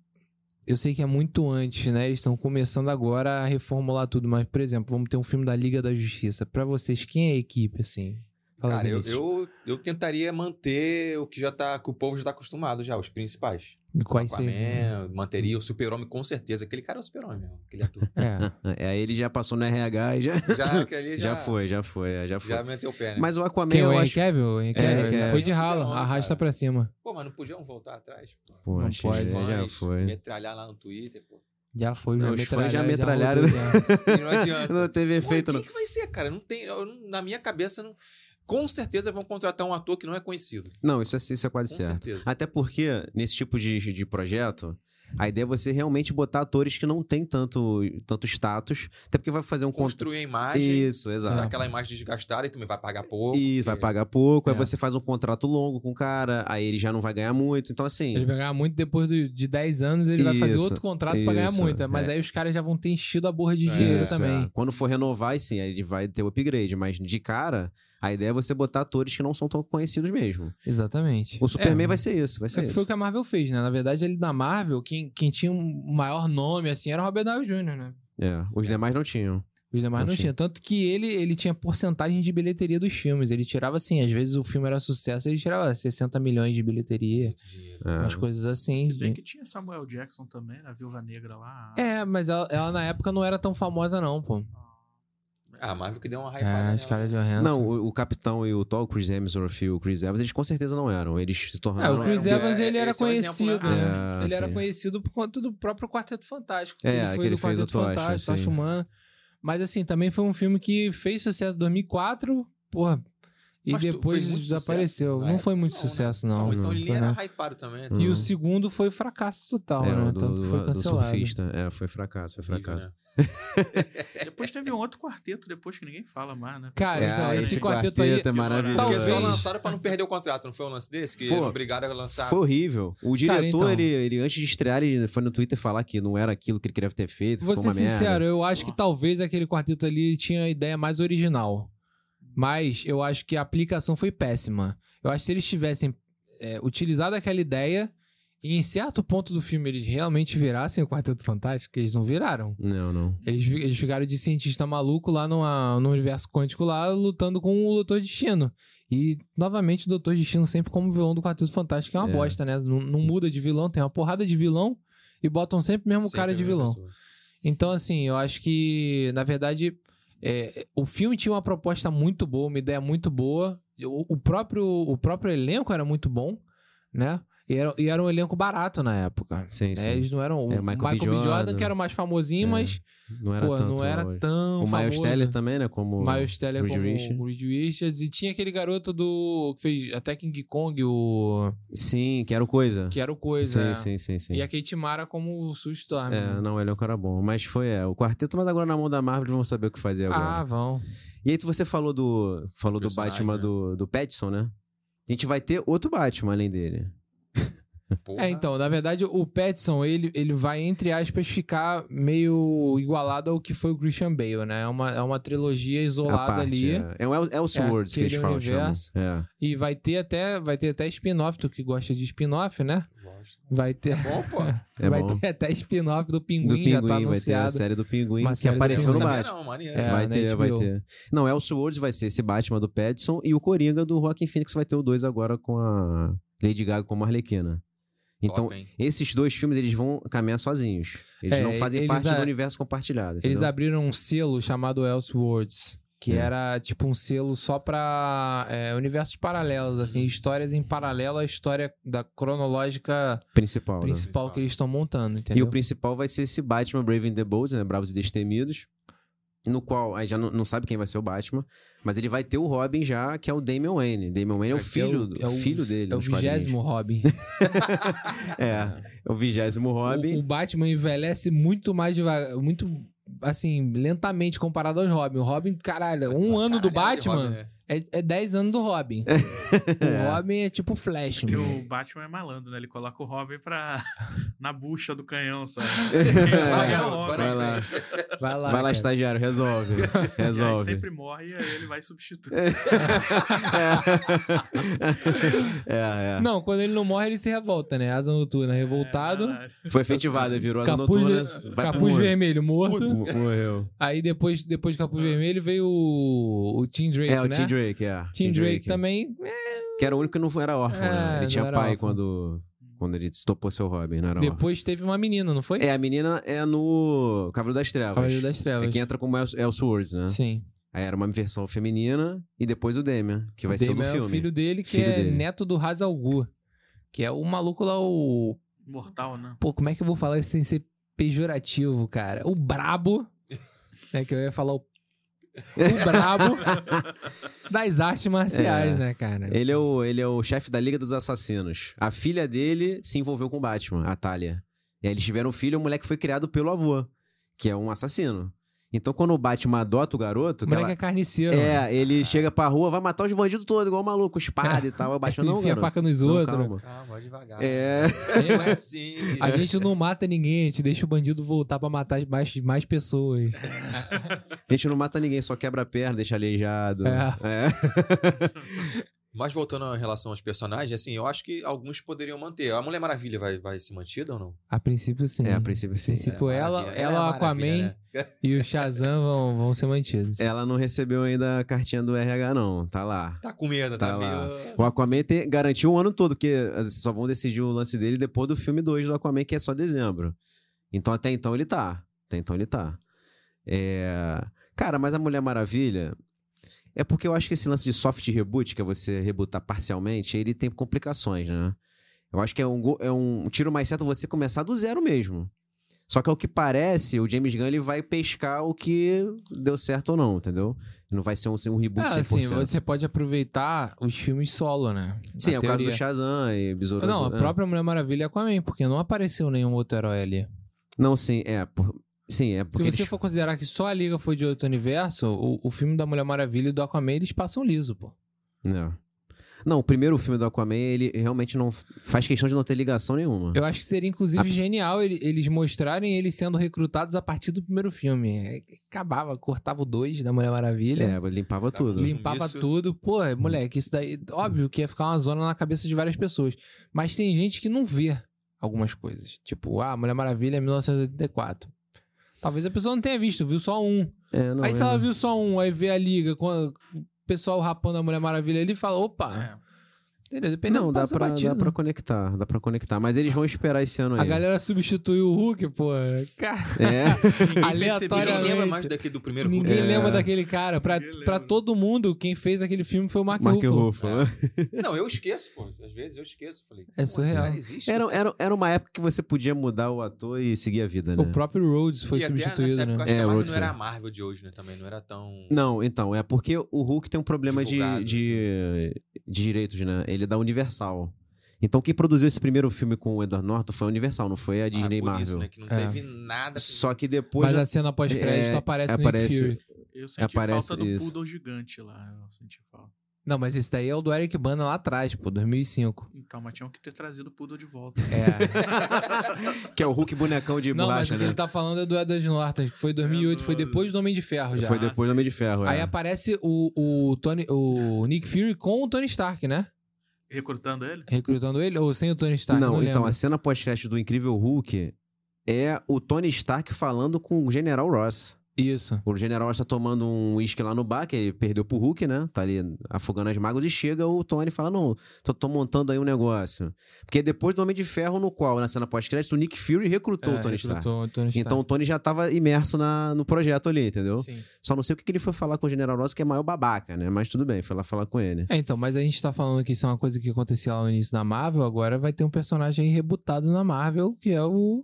B: Eu sei que é muito antes, né? Eles estão começando agora a reformular tudo. Mas, por exemplo, vamos ter um filme da Liga da Justiça. Pra vocês, quem é a equipe, assim? Fala,
C: Cara, eu,
B: Vinícius.
C: eu, eu tentaria manter o que já tá. que o povo já tá acostumado já, os principais.
B: Quais seriam?
C: Aquaman,
A: né?
C: manteria o super-homem com certeza. Aquele cara é o super-homem, mesmo, aquele ator. *laughs*
B: É.
A: É, aí ele já passou no RH e já. *laughs*
C: Já, aquele ali já,
A: Já foi, já foi, é, já foi.
C: Já meteu o pé, né?
A: Mas o Aquaman
B: Quem é
A: eu
B: o Henry
A: acho.
B: Cavill? O Henry
A: É,
B: Cavill,
A: Henry
B: ele
A: Cavill.
B: Foi de rala,
C: Super-homem,
B: arrasta
C: cara.
B: pra cima.
C: Pô, mas não podiam voltar atrás. Pô.
A: Pô,
B: Não
A: acho que
B: pode.
A: já- já
C: Fãs,
A: foi.
C: Metralhar lá no Twitter, pô.
B: Já foi,
A: Não, os
B: já
A: fãs já
B: metralharam.
A: metralharam.
B: já rodou, já.
C: E não
B: tá
A: *laughs*
C: adianta.
A: Não teve
C: Ué,
A: efeito,
C: quem
A: não.
C: que vai ser, cara? Não tem, eu não- na minha cabeça, não- com certeza vão contratar um ator que não é conhecido.
A: Não, isso é, isso é quase
C: Com
A: certo.
C: certeza.
A: Até porque, nesse tipo de, de projeto, a ideia é você realmente botar atores que não têm tanto, tanto status. Até porque vai fazer um contrato.
C: Construir a imagem,
A: Isso,
C: dar
A: exato.
C: aquela imagem desgastada e também vai pagar pouco.
A: Isso, vai
C: porque-
A: pagar pouco, aí
B: É.
A: você faz um contrato longo com o cara, aí ele já não vai ganhar muito. Então, assim.
B: Ele vai ganhar muito depois do- de 10 anos, ele vai fazer
A: Isso,
B: outro contrato pra ganhar
A: isso, é.
B: muito. Mas aí os caras já vão ter enchido a borra de
C: É,
B: dinheiro
A: Isso,
B: também.
A: é. Quando for renovar, aí sim, aí ele vai ter o upgrade. Mas de cara, A ideia é você botar atores que não são tão conhecidos mesmo.
B: Exatamente.
A: O Superman
B: É,
A: vai ser isso, vai
B: é
A: ser
B: que
A: isso.
B: foi o que a Marvel fez, né? Na verdade, ali na Marvel, quem, quem tinha um maior nome, assim, era o Robert Downey Jr., né?
A: É, os demais não tinham.
B: Os demais
A: Não
B: não tinha. Tanto que ele, ele tinha porcentagem de bilheteria dos filmes. Ele tirava, assim, às vezes o filme era sucesso, ele tirava 60 milhões de bilheteria,
A: É.
B: umas coisas assim.
D: Se bem que tinha Samuel Jackson também, né? a Viúva Negra lá.
B: É, mas ela, ela na época não era tão famosa, não, pô.
C: Ah, a Marvel que deu uma
B: É,
C: hypada. né?
B: os caras de
A: Não, o, o Capitão e o Thor, o Chris Hemsworth e o Chris Evans, eles com certeza não eram. Eles se
B: É, o
A: tornaram.
B: Chris
C: é,
B: Evans,
C: é,
B: ele era
C: esse é um exemplo,
B: conhecido.
C: né?
B: né?
A: Ah, sim.
B: ele
A: Ah,
B: era
A: sim.
B: conhecido por conta do próprio Quarteto Fantástico.
A: É,
B: ele
A: que
B: foi
A: ele
B: do
A: fez o
B: Quarteto
A: Tocha,
B: Fantástico,
A: sim.
B: Tocha Humana. Mas assim, também foi um filme que fez sucesso em 2004, porra. E
C: Mas tu-
B: depois
C: fez muito
B: desapareceu.
C: sucesso?
B: não
C: É,
B: foi muito
C: não, né?
B: sucesso,
C: Então,
B: não.
C: então
B: Não
C: ele
B: foi,
C: era
B: não.
C: hypado também. né?
A: Hum.
B: E o segundo foi fracasso total,
A: É,
B: né?
A: do,
B: Tanto que foi
A: do- do
B: cancelado.
A: surfista. É, foi fracasso, foi
C: Horrível,
A: fracasso.
C: né?
D: Depois teve um outro quarteto, depois que ninguém fala mais, né?
B: Cara,
A: É,
B: então,
A: ah,
B: esse
A: esse
B: quarteto aí.
A: quarteto é maravilhoso.
C: Porque só
B: Talvez.
C: lançaram pra não perder o contrato, não foi um lance desse? Que
A: Pô,
C: eram obrigaram a lançar.
A: Foi horrível. O diretor,
B: Cara, então-
A: ele, ele, antes de estrear, ele foi no Twitter falar que não era aquilo que ele queria ter feito.
B: Vou
A: ficou
B: ser
A: uma merda.
B: sincero, eu acho que
D: Nossa.
B: talvez aquele quarteto ali tinha a ideia mais original. Mas eu acho que a aplicação foi péssima. Eu acho que se eles tivessem é, utilizado aquela ideia e em certo ponto do filme eles realmente virassem o Quarteto Fantástico, que eles não viraram.
A: Não, não.
B: Eles, vi- eles ficaram de cientista maluco lá numa, no universo quântico lá, lutando com o Doutor Destino. E, novamente, o Doutor Destino sempre como vilão do Quarteto Fantástico, que é uma
A: É.
B: bosta, né? Não, não muda de vilão, tem uma porrada de vilão e botam sempre o mesmo
C: Sempre
A: é
B: cara de
C: a
B: vilão.
C: mesma pessoa.
B: Então, assim, eu acho que, na verdade, é, o filme tinha uma proposta muito boa, uma ideia muito boa. O, o próprio, o próprio elenco era muito bom, né? E era, e era um elenco barato na época.
A: Sim, sim.
B: né? Eles não eram. O
A: É,
B: Michael, B. Jordan, que era o mais famosinho,
A: É,
B: mas
A: Não era
B: pô,
A: tanto.
B: não era
A: hoje.
B: tão
A: O Miles
B: famoso.
A: Teller também, né? Como.
B: Miles Teller
A: Reed
B: como
A: Richards.
B: o Reed Richards. E tinha aquele garoto do. que fez até King Kong, o.
A: Sim, que era o Coisa.
B: que era o Coisa. é.
A: Sim, sim, sim, sim.
B: E a Kate Mara como o Sue Storm.
A: É,
B: né?
A: não, ele é um cara bom. Mas foi, é, o quarteto, mas agora na mão da Marvel vão saber o que fazer agora.
B: ah, vão.
A: E aí tu- você falou do. Falou do
C: Personagem,
A: Batman
C: né?
A: do, do Pattinson, né? A gente vai ter outro Batman além dele.
C: Porra.
B: É, então, na verdade, o Petson, ele, ele vai, entre aspas, ficar meio igualado ao que foi o Christian Bale, né? É uma, é uma trilogia
A: a
B: isolada
A: parte,
B: ali.
A: É, é um El- Elseworlds que
B: aquele
A: eles falam, chamam.
B: universo.
A: É.
B: E vai ter até, vai ter até spin-off, tu que gosta de spin-off, né?
C: Gosto.
B: Vai ter,
C: Bom,
B: *laughs*
C: pô.
A: É
B: vai
A: bom.
B: ter até spin-off do Pinguim,
A: do Pinguim,
B: já tá
A: vai ter a
B: anunciado.
A: série do Pinguim
B: Uma
A: que
B: série
A: apareceu no
B: do Pinguim.
A: Batman.
C: Não, maneiro.
B: É,
A: vai
B: na
A: ter, vai
B: HBO.
A: ter. Não, Elseworlds vai ser esse Batman do Pattinson e o Coringa do Joaquin Phoenix vai ter o dois agora com a Lady Gaga como Arlequina. Então,
C: Top, hein?
A: esses dois filmes, eles vão caminhar sozinhos. Eles
B: É,
A: não fazem
B: eles
A: parte
B: a-
A: do universo compartilhado,
B: Eles
A: entendeu?
B: abriram um selo chamado Elseworlds, que
A: É.
B: era tipo um selo só pra é, universos paralelos,
A: Uhum.
B: assim, histórias em paralelo à história da cronológica
A: Principal, né?
B: principal que eles estão montando,
A: E
B: entendeu?
A: o principal vai ser esse Batman Brave and the Bold, né? Bravos e Destemidos. No qual, aí já não, não sabe quem vai ser o Batman, mas ele vai ter o Robin já, que é o Damian Wayne. Damian Wayne é o
C: É que é
A: filho, do-
B: É o-
A: filho dele.
B: É o
A: nos quadrinhos.
B: vigésimo Robin.
A: É,
B: Ah.
A: é o vigésimo *laughs* Robin. *laughs*
B: O, o Batman envelhece muito mais devagar, muito assim, lentamente comparado aos Robin. O Robin, caralho, um ano do
C: Caralho,
B: Batman
C: Robin, né?
B: é, é 10 anos
A: *laughs*
B: do Robin. o Robin é tipo Flash,
D: E
B: mano.
D: o Batman é malandro, né? Ele coloca o Robin pra... *laughs* na bucha do canhão, sabe?
C: Vai,
D: Ele é o
C: garoto,
D: Robin.
C: vai
A: Vai lá.
C: na frente.
B: Vai
A: Vai lá,
B: lá. cara. É,
A: estagiário,
B: *laughs*
A: resolve.
D: E aí
A: Resolve.
D: sempre morre e aí ele vai substituir.
A: *laughs* é,
B: Não, quando ele não morre, ele se revolta, né? Asa noturna,
D: É,
B: revoltado.
D: verdade.
A: é. Foi efetivado, ele virou asa
B: capuz
A: noturna.
B: de-
A: vai pro
B: capuz
A: mundo.
B: vermelho morto.
A: Mo- Morreu.
B: Aí depois, depois do capuz vermelho veio o, o Tim Drake,
A: É, o
B: né?
A: Tim Drake, é.
B: Tim Drake também né?
A: Que era o único que não era órfão,
B: É,
A: né? Ele
B: não
A: tinha
B: era
A: pai
B: órfão.
A: quando, quando ele topou seu Robin, não era órfão.
B: Depois teve uma menina, não foi?
A: É, a menina é no Cavaleiro das Trevas.
B: Cavaleiro das
A: É
B: Trevas.
A: que entra como El- Elseworlds, né?
B: Sim.
A: Aí era uma versão feminina e depois o Damian, que vai
B: Damon
A: ser o
B: é
A: do
B: o
A: filme.
B: filho dele, que
A: Filho
B: é
A: dele.
B: neto do Hazalgu. Que é o maluco lá, o.
D: Mortal, né?
B: Pô, como é que eu vou falar isso sem ser pejorativo, cara? O Brabo.
A: *laughs*
B: É que eu ia falar o. O
A: *laughs*
B: Brabo das artes marciais,
A: É.
B: né, cara?
A: Ele é o, ele é o chefe da Liga dos Assassinos. A filha dele se envolveu com o Batman, a Talia. E aí eles tiveram um filho, o moleque foi criado pelo avô, que é um assassino. Então, quando o Batman adota o garoto,
B: O
A: que
B: moleque
A: ela-
B: é Ah. carniceiro. mano.
A: tá é, ele chega pra rua, vai matar os bandidos todos, igual o maluco, espada e tal. O Batman não,
B: *laughs* Enfia a
A: garoto.
B: faca nos
A: Não,
B: outros. né?
A: calma.
C: Calma, vai devagar.
A: É, *laughs*
C: Não é assim.
B: A gente não mata ninguém, a gente deixa o bandido voltar pra matar mais, mais pessoas.
A: a gente não mata ninguém, só quebra a perna, deixa aleijado.
B: É.
A: É.
C: Mas voltando em relação aos personagens, assim, eu acho que alguns poderiam manter. A Mulher Maravilha vai, vai ser mantida ou não?
B: *laughs* A princípio, sim.
A: É, a princípio sim.
B: Sim, sim. Tipo, ela-
C: Maravilha.
B: ela,
C: é a Maravilha,
B: Aquaman.
C: né?
B: E o Shazam vão, vão ser mantidos.
A: Ela não recebeu ainda a cartinha do RH, não. Tá lá.
C: Tá com medo, tá,
A: Tá lá.
C: meio...
A: O Aquaman te- garantiu o ano todo, porque só vão decidir o lance dele depois do filme 2 do Aquaman, que é só dezembro. Então até então ele tá. Até então ele tá. É, Cara, mas a Mulher Maravilha. É porque eu acho que esse lance de soft reboot, que é você rebootar parcialmente, ele tem complicações, né? Eu acho que é um, go- é um tiro mais certo você começar do zero mesmo. Só que ao que parece, o James Gunn ele vai pescar o que deu certo ou não, entendeu? Não vai ser um, um reboot
B: Ah,
A: 100%.
B: assim, você pode aproveitar os filmes solo, né?
A: Sim,
B: Na
A: é o caso do
B: teoria.
A: Shazam e Besouro
B: Não, a
A: Azul. É.
B: própria Mulher Maravilha é Aquaman, porque não apareceu nenhum outro herói ali.
A: Não, sim, é. por- Sim, é
B: Se
A: porque.
B: você
A: eles-
B: for considerar que só a Liga foi de outro universo, o, o filme da Mulher Maravilha e do Aquaman, eles passam liso, pô.
A: Não. Não, o primeiro filme do Aquaman, ele realmente não faz questão de não ter ligação nenhuma.
B: Eu acho que seria, inclusive,
A: Abs-
B: genial ele- eles mostrarem eles sendo recrutados a partir do primeiro filme. É, Acabava, cortava o 2 da Mulher Maravilha.
A: É, limpava
C: Tá
A: tudo.
C: limpo.
B: Limpava
C: Isso.
B: tudo. Pô, moleque, isso daí... Óbvio que ia ficar uma zona na cabeça de várias pessoas. Mas tem gente que não vê algumas coisas. Tipo, ah, Mulher Maravilha é 1984. Talvez a pessoa não tenha visto, viu só um.
A: É, não,
B: aí
A: é,
B: se ela viu só um, aí vê a liga, quando o pessoal rapando a Mulher Maravilha ali, fala,
A: Ah,
B: opa...
D: É.
B: Entendeu? Dependendo
A: Não, dá
B: passa
A: pra,
B: batido, né?
A: dá pra conectar, dá pra conectar. Mas eles vão esperar esse ano aí.
B: A galera substituiu o Hulk, pô. Cara,
A: *laughs* É,
B: Aleatório.
D: Ninguém percebeu.
C: Ninguém lembra
B: Claramente.
C: mais daqui do primeiro
B: ninguém
C: Hulk.
B: lembra daquele cara. Pra,
D: Ninguém
B: pra
D: lembra.
B: todo mundo, quem fez aquele filme foi o *laughs* Mark,
A: Mark
B: Ruffalo.
A: Ruffalo.
C: Não, eu esqueço, pô. Às vezes eu esqueço. Falei,
B: É
C: "Pô,
B: surreal. um-
C: Esse cara existe. um
A: Era, era, era uma época que você podia mudar o ator e seguir a vida, né?
B: O próprio Rhodes foi
C: e até nessa
B: substituído,
C: época, eu
B: né?
C: acho que
A: É,
C: a Marvel não
A: Rothfuss.
C: era a Marvel de hoje, né? Também não era tão...
A: Não, então, é porque o Hulk tem um problema de,
C: Divulgado,
A: de,
B: assim.
A: de direitos, né? Ele é da Universal. Então, quem produziu esse primeiro filme com o Edward Norton foi a Universal, não foi a
C: Ah,
A: Disney
C: por
A: Marvel.
C: isso, né? Que não
B: É.
C: teve nada... assim com-
A: Só que depois.
B: Mas
A: já-
B: a cena pós-crédito
A: É,
B: aparece,
A: aparece-
B: no Nick Fury.
D: É, Eu senti
A: Aparece
D: falta do
A: isso.
D: poodle gigante lá. Eu senti falta.
B: Não, mas esse daí é o do Eric Bana lá atrás, pô, 2005.
D: Então, mas tinham que ter trazido o poodle de volta. *laughs*
B: É.
A: *laughs* *laughs* Que é o Hulk bonecão de
B: Não, mas
A: borracha,
B: o que
A: né?
B: ele tá falando é do Edward Norton, que foi 2008, foi depois do Homem de Ferro já.
A: Foi depois do Homem de Ferro,
B: Aí
A: é.
B: aparece o, o, Tony, o Nick Fury com o Tony Stark, né?
D: Recrutando ele?
B: Recrutando ele ou sem o Tony Stark?
A: não, então,
B: lembro.
A: a cena pós-crédito do Incrível Hulk é o Tony Stark falando com o General Ross.
B: Isso.
A: O General Ross tá tomando um uísque lá no bar, que ele perdeu pro Hulk, né? Tá ali afogando as mágoas e chega o Tony e fala: Não, tô, tô montando aí um negócio. Porque depois do Homem de Ferro, no qual, na cena pós-crédito, o Nick Fury recrutou
B: É,
A: Então, o Tony Stark.
B: recrutou o Tony Stark.
A: Então o Tony já tava imerso na, no projeto ali, entendeu?
B: Sim.
A: Só não sei o que, que ele foi falar com o General Ross, que é maior babaca, né? Mas tudo bem, foi lá falar com ele.
B: É, então, mas a gente tá falando que isso é uma coisa que acontecia lá no início da Marvel, agora vai ter um personagem aí rebutado na Marvel, que é o.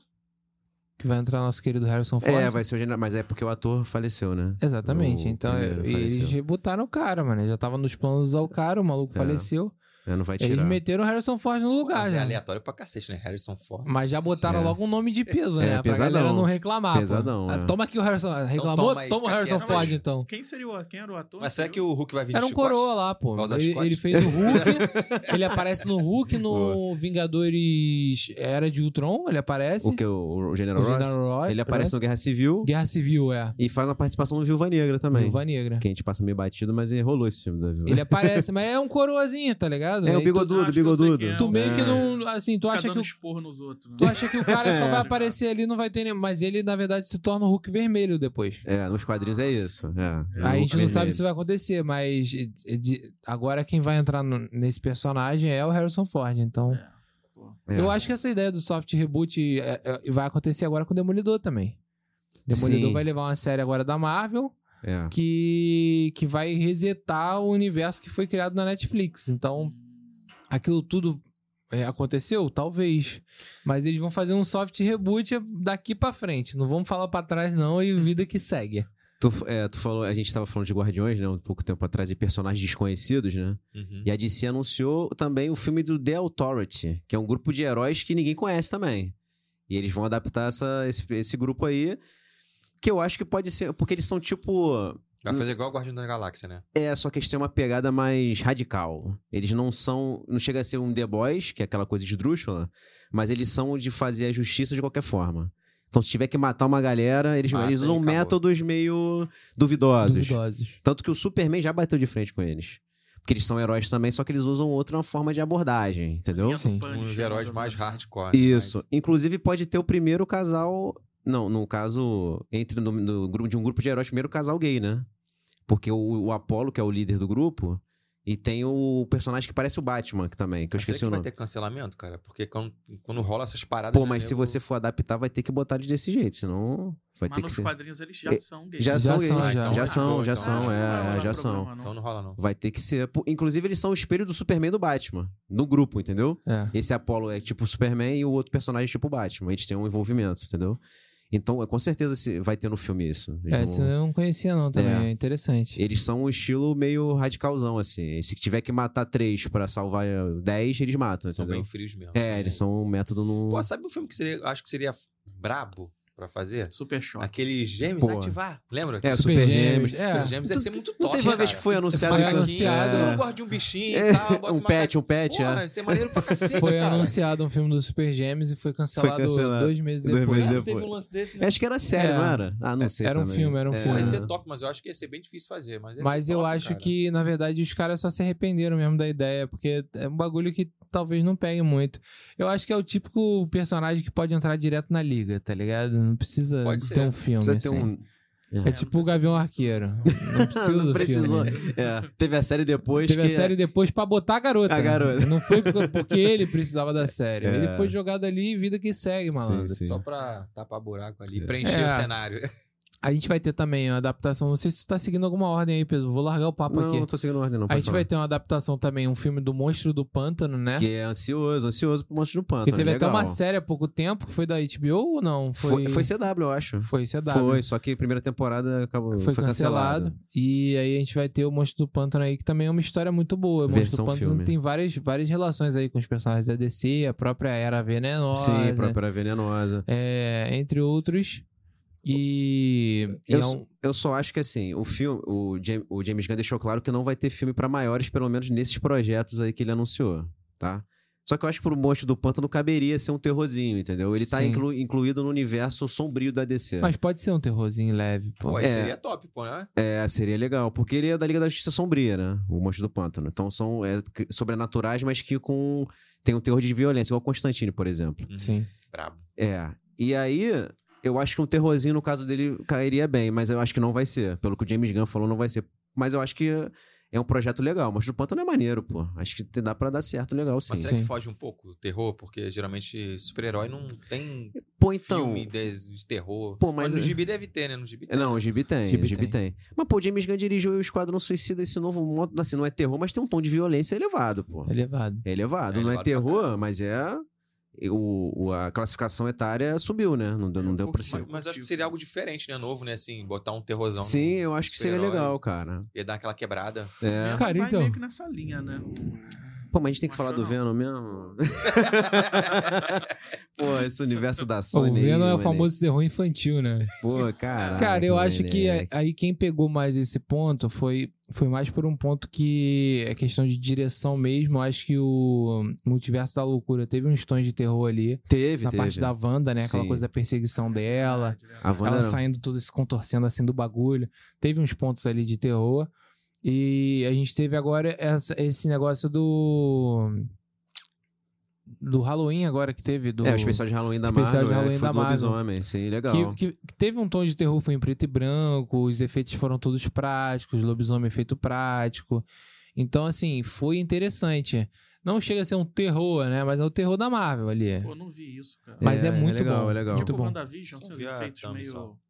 B: Que vai entrar nosso querido Harrison Ford.
A: É, vai ser o General. Mas é porque o ator faleceu, né?
B: Exatamente.
A: O
B: então, é,
A: primeiro
B: e eles
A: faleceu.
B: rebutaram o cara, mano. Ele Já tava nos planos de usar o cara, o maluco
A: É.
B: faleceu.
A: É, não vai
B: Eles
A: tirar.
B: meteram o Harrison Ford no
C: Pô, mas
B: lugar, Uhum.
C: é
B: já.
C: aleatório pra cacete, né? Harrison Ford.
B: Mas já botaram
A: É.
B: logo um nome de peso, né?
A: É,
B: pra
A: pesadão.
B: galera não reclamar. pô.
A: Pesadão,
B: Ah,
A: é.
B: Toma aqui o Harrison. Reclamou?
C: Então toma aí,
B: toma o
C: fica
B: Harrison
C: quieto.
B: Ford,
D: Mas-
B: então.
D: Quem seria o, quem era o ator?
C: Mas será que o Hulk vai vir de
B: Era um
C: chicote?
B: coroa lá, pô.
C: Vai usar
B: Ele,
C: chicote?
B: ele fez
A: *laughs*
B: o Hulk. ele aparece no Hulk, no Vingadores Era de Ultron. Ele aparece.
A: O que? O o General
B: O
A: Ross?
B: General Ross-
A: Ele aparece
B: Ross.
A: no Guerra Civil
B: Guerra Civil, é.
A: e faz uma participação no Viúva Negra também.
B: Viúva Negra.
A: Que a gente passa meio batido, mas ele rolou esse filme da Viúva.
B: Ele aparece, mas é um coroazinho, tá ligado?
A: É o
B: Aí tu-
A: bigodudo,
D: acho que eu
A: bigodudo.
D: sei quem é.
B: Tu meio que
A: É.
B: não. Assim, tu
D: Fica
B: acha que
D: dando
B: o
D: esporro nos outros. né?
B: Tu acha que o cara só vai
D: *laughs* É.
B: aparecer ali, não vai ter nem... Mas ele, na verdade, se torna o Hulk vermelho depois.
A: É, nos quadrinhos é isso. É.
D: É.
B: Aí a gente não
A: Vermelho.
B: sabe se vai acontecer, mas de- de- agora quem vai entrar no- nesse personagem é o Harrison Ford. Então,
D: É, pô.
A: É.
B: eu acho que essa ideia do soft reboot é, é, vai acontecer agora com o Demolidor também. Demolidor
A: Sim.
B: vai levar uma série agora da Marvel
A: É.
B: que, que vai resetar o universo que foi criado na Netflix. Então, aquilo tudo é, aconteceu? Talvez. Mas eles vão fazer um soft reboot daqui pra frente. Não vamos falar pra trás, não, e vida que segue.
A: Tu, é, tu falou, a gente tava falando de Guardiões, né? Um pouco tempo atrás, e personagens desconhecidos, né?
C: Uhum.
A: E a DC anunciou também o filme do The Authority, que é um grupo de heróis que ninguém conhece também. E eles vão adaptar essa, esse, esse grupo aí, Que eu acho que pode ser. Porque eles são tipo.
C: Vai fazer igual o Guardião da Galáxia, né?
A: É, só que eles têm uma pegada mais radical. Eles não são. Não chega a ser um The Boys, que é aquela coisa de drúxula, mas eles são de fazer a justiça de qualquer forma. Então, se tiver que matar uma galera, eles,
C: Mata
A: eles
C: e
A: usam
C: acabou.
A: métodos meio duvidosos.
B: Duvidosos.
A: Tanto que o Superman já bateu de frente com eles. Porque eles são heróis também, só que eles usam outra forma de abordagem, entendeu?
D: Linha do
B: Sim.
D: Punch,
C: Um dos
D: né,
C: heróis
D: do-
C: mais hardcore. né?
A: Isso. Inclusive, pode ter o primeiro casal. Não, no caso, entre no, no grupo de um grupo de heróis, primeiro o casal gay, né? Porque o, o Apolo, que é o líder do grupo, e tem o personagem que parece o Batman que também, que eu
C: Mas será
A: esqueci
C: que
A: o
C: vai
A: nome.
C: ter cancelamento, cara? Porque quando, quando rola essas paradas...
A: Pô,
C: né,
A: mas se
C: nego-
A: você for adaptar, vai ter que botar ele desse jeito, senão vai ter
D: Mas
A: que
D: nos
A: ser.
D: quadrinhos eles já
A: É,
D: são gays.
A: Já,
B: Já
A: são,
B: são,
A: gays,
B: já.
A: já,
C: Então,
A: são,
C: acabou,
A: já
C: então.
A: são,
D: acho que não vai
A: é,
D: rolar
A: é, já são.
D: problema, não.
C: Então não rola, não.
A: Vai ter que ser. Pô, Inclusive, eles são o espelho do Superman e do Batman, no grupo, entendeu?
B: É.
A: Esse Apollo é tipo o Superman e o outro personagem é tipo o Batman. Eles têm um envolvimento, entendeu? Então, é, com certeza se- vai ter no filme isso. Eles
B: É,
A: vão-
B: esse eu não conhecia não também, é, interessante.
A: Eles são um estilo meio radicalzão, assim. E Se tiver que matar três pra salvar eh, dez, eles matam,
C: São
A: entendeu?
C: bem frios mesmo.
A: É, eles são um método no...
C: Pô, sabe um filme que seria, acho que seria brabo pra fazer?
D: Super choque.
C: Aquele Gêmeos
A: Pô.
C: ativar. Lembra?
A: É,
C: Super
A: Super Gêmeos.
B: É.
C: Super Gêmeos ia
A: Tu-
C: ser muito top,
A: Não teve uma vez que foi anunciado...
B: Foi
A: que-
B: anunciado,
C: Todo
B: né?
C: mundo gosta de um bichinho
A: É,
C: e tal. bota
A: um
C: uma
A: pet, um pet,
C: Porra,
A: é.
C: isso é maneiro pra
A: *laughs*
C: cacete,
B: Foi
C: cara.
B: anunciado um filme do Super Gêmeos e foi cancelado,
A: cancelado.
B: dois meses
A: Dois
B: depois.
A: meses
C: Ah,
A: depois.
C: não teve um lance desse, né?
A: Acho que era sério,
B: É.
A: não era? Ah, não sei
B: Era um
A: também.
B: filme, era um
A: É.
B: filme.
C: Porra, ia
B: esse
C: ser top, mas eu acho que ia ser bem difícil fazer. Mas, ia ser
B: Mas eu
C: top,
B: acho
C: cara.
B: que, na verdade, os caras só se arrependeram mesmo da ideia, porque é um bagulho que talvez não pegue muito. Eu acho que é o típico personagem que pode entrar direto na liga, tá ligado? Não precisa
C: Pode
B: ter
C: ser.
B: um filme.
A: Precisa ter
B: assim.
A: um...
B: É
D: É, não
B: tipo o
D: precisa.
B: Gavião Arqueiro. Não
A: *laughs*
B: precisa
A: não
B: do
A: precisou.
B: filme.
A: É, Teve a série depois
B: Teve a
A: que é-
B: série depois pra botar a garota.
A: A garota.
B: Não foi porque- porque ele precisava da
A: *laughs*
B: série.
A: É.
B: Ele foi jogado ali e vida que segue,
A: Sim,
B: malandro.
A: sim.
C: Só pra tapar buraco ali,
A: É.
C: preencher
B: É.
C: o cenário.
B: A gente vai ter também uma adaptação. Não sei se tu tá seguindo alguma ordem aí, Pedro. Vou largar o papo
A: Não,
B: aqui.
A: não tô seguindo ordem, não.
B: A
A: pode
B: gente
A: falar.
B: vai ter uma adaptação também, um filme do Monstro do Pântano, né?
A: Que é ansioso, ansioso pro Monstro do Pântano. é
B: Porque teve
A: legal.
B: até uma série há pouco tempo, que foi da HBO ou não?
A: Foi, foi
B: Foi,
A: CW, eu acho.
B: foi CW.
A: Foi, só que a primeira temporada acabou,
B: Foi
A: foi,
B: cancelado.
A: cancelada.
B: E aí a gente vai ter o Monstro do Pântano aí, que também é uma história muito boa. O Monstro
A: Versão
B: do Pântano
A: filme.
B: tem várias, várias relações aí com os personagens da DC, a própria Era Venenosa,
A: Sim, própria venenosa.
B: é, entre outros. E, e
A: Eu
B: é
A: sou-
B: um-
A: Eu só acho que assim, o filme, o James, o James Gunn deixou claro que não vai ter filme pra maiores, pelo menos nesses projetos aí que ele anunciou, tá? Só que eu acho que pro Monstro do Pântano caberia ser um terrorzinho, entendeu? Ele tá
B: Sim.
A: inclu- incluído no universo sombrio da DC.
B: Mas pode ser um terrorzinho leve, pô.
C: Pô,
A: É.
C: seria top, pô, né?
A: É, seria legal, porque ele é da Liga da Justiça Sombria, né? O Monstro do Pântano. Então são é, cri- sobrenaturais, mas que com tem um terror de violência, igual Constantine, por exemplo.
B: Sim.
C: Uhum. Brabo.
A: É. E aí, eu acho que um terrorzinho no caso dele cairia bem, mas eu acho que não vai ser. Pelo que o James Gunn falou, não vai ser. Mas eu acho que é um projeto legal. Mas do Pântano é maneiro, pô. Acho que te- dá pra dar certo, legal sim.
C: Mas será que
B: Sim.
C: foge um pouco do terror? Porque geralmente super-herói não tem
A: Pô, então.
C: filme de, de terror.
A: Pô,
C: Mas,
A: mas. É,
C: no gibi deve ter, né? No gibi tem.
A: Não, o Gibi tem,
B: Gibi
A: o Gibi tem. Mas, pô, o James Gunn dirigiu o Esquadrão Suicida, esse novo modo. Assim, não é terror, mas tem um tom de violência elevado, pô.
B: Elevado.
A: É elevado.
C: É
A: não é
C: elevado pra
A: terror, mas é. O, o- a classificação etária subiu, né? Não deu, não
D: É um
A: deu
D: pouco
A: pra
D: mais-
A: ser.
C: Mas, mas acho que seria algo diferente, né? Novo, né? Assim, botar um terrorzão.
A: Sim,
C: no-
A: eu acho que seria
C: super-herói.
A: legal, cara.
C: Ia dar aquela quebrada.
A: É.
D: Venom
B: Cara,
D: vai
B: então.
D: meio que nessa linha, né? O-
A: Pô, mas a gente tem que
D: Não
A: falar do
D: achou,
A: Venom
B: *laughs*
A: mesmo? Pô, esse universo da
B: O
A: Sony. aí,
B: Venom é o
A: mané.
B: famoso terror infantil, né?
A: Ah, Pô, cara.
B: Cara, eu acho que é a- aí quem pegou mais esse ponto foi, foi mais por um ponto que é questão de direção mesmo. Eu Acho que o Multiverso da Loucura teve uns tons de terror ali
A: Teve,
B: na
A: teve.
B: parte da Wanda, né? Aquela
A: Sim.
B: coisa da perseguição dela,
D: Verdade,
A: A
D: verdade.
A: Wanda
B: ela
A: não.
B: saindo tudo se contorcendo assim do bagulho. Teve uns pontos ali de terror. E a gente teve agora essa- esse negócio do. Do Halloween agora que teve. Do...
A: É, o especial de Halloween da Marvel.
B: Especial de
A: é, que
B: Halloween
A: foi
B: da
A: do
B: Marvel.
A: Lobisomem, sim, legal.
B: Que, que- que teve um tom de terror, foi em preto e branco, os efeitos foram todos práticos, lobisomem é feito prático. Então, assim, foi interessante. Não chega a ser um terror, né? Mas é o terror da Marvel ali.
D: Pô, não vi isso, cara.
B: Mas é,
A: É, é
B: muito
A: legal,
B: bom.
A: é legal.
B: Muito
D: tipo,
B: bom.
D: WandaVision,
C: Só
D: seus
C: vi a
D: efeitos
C: thumb só.
D: meio...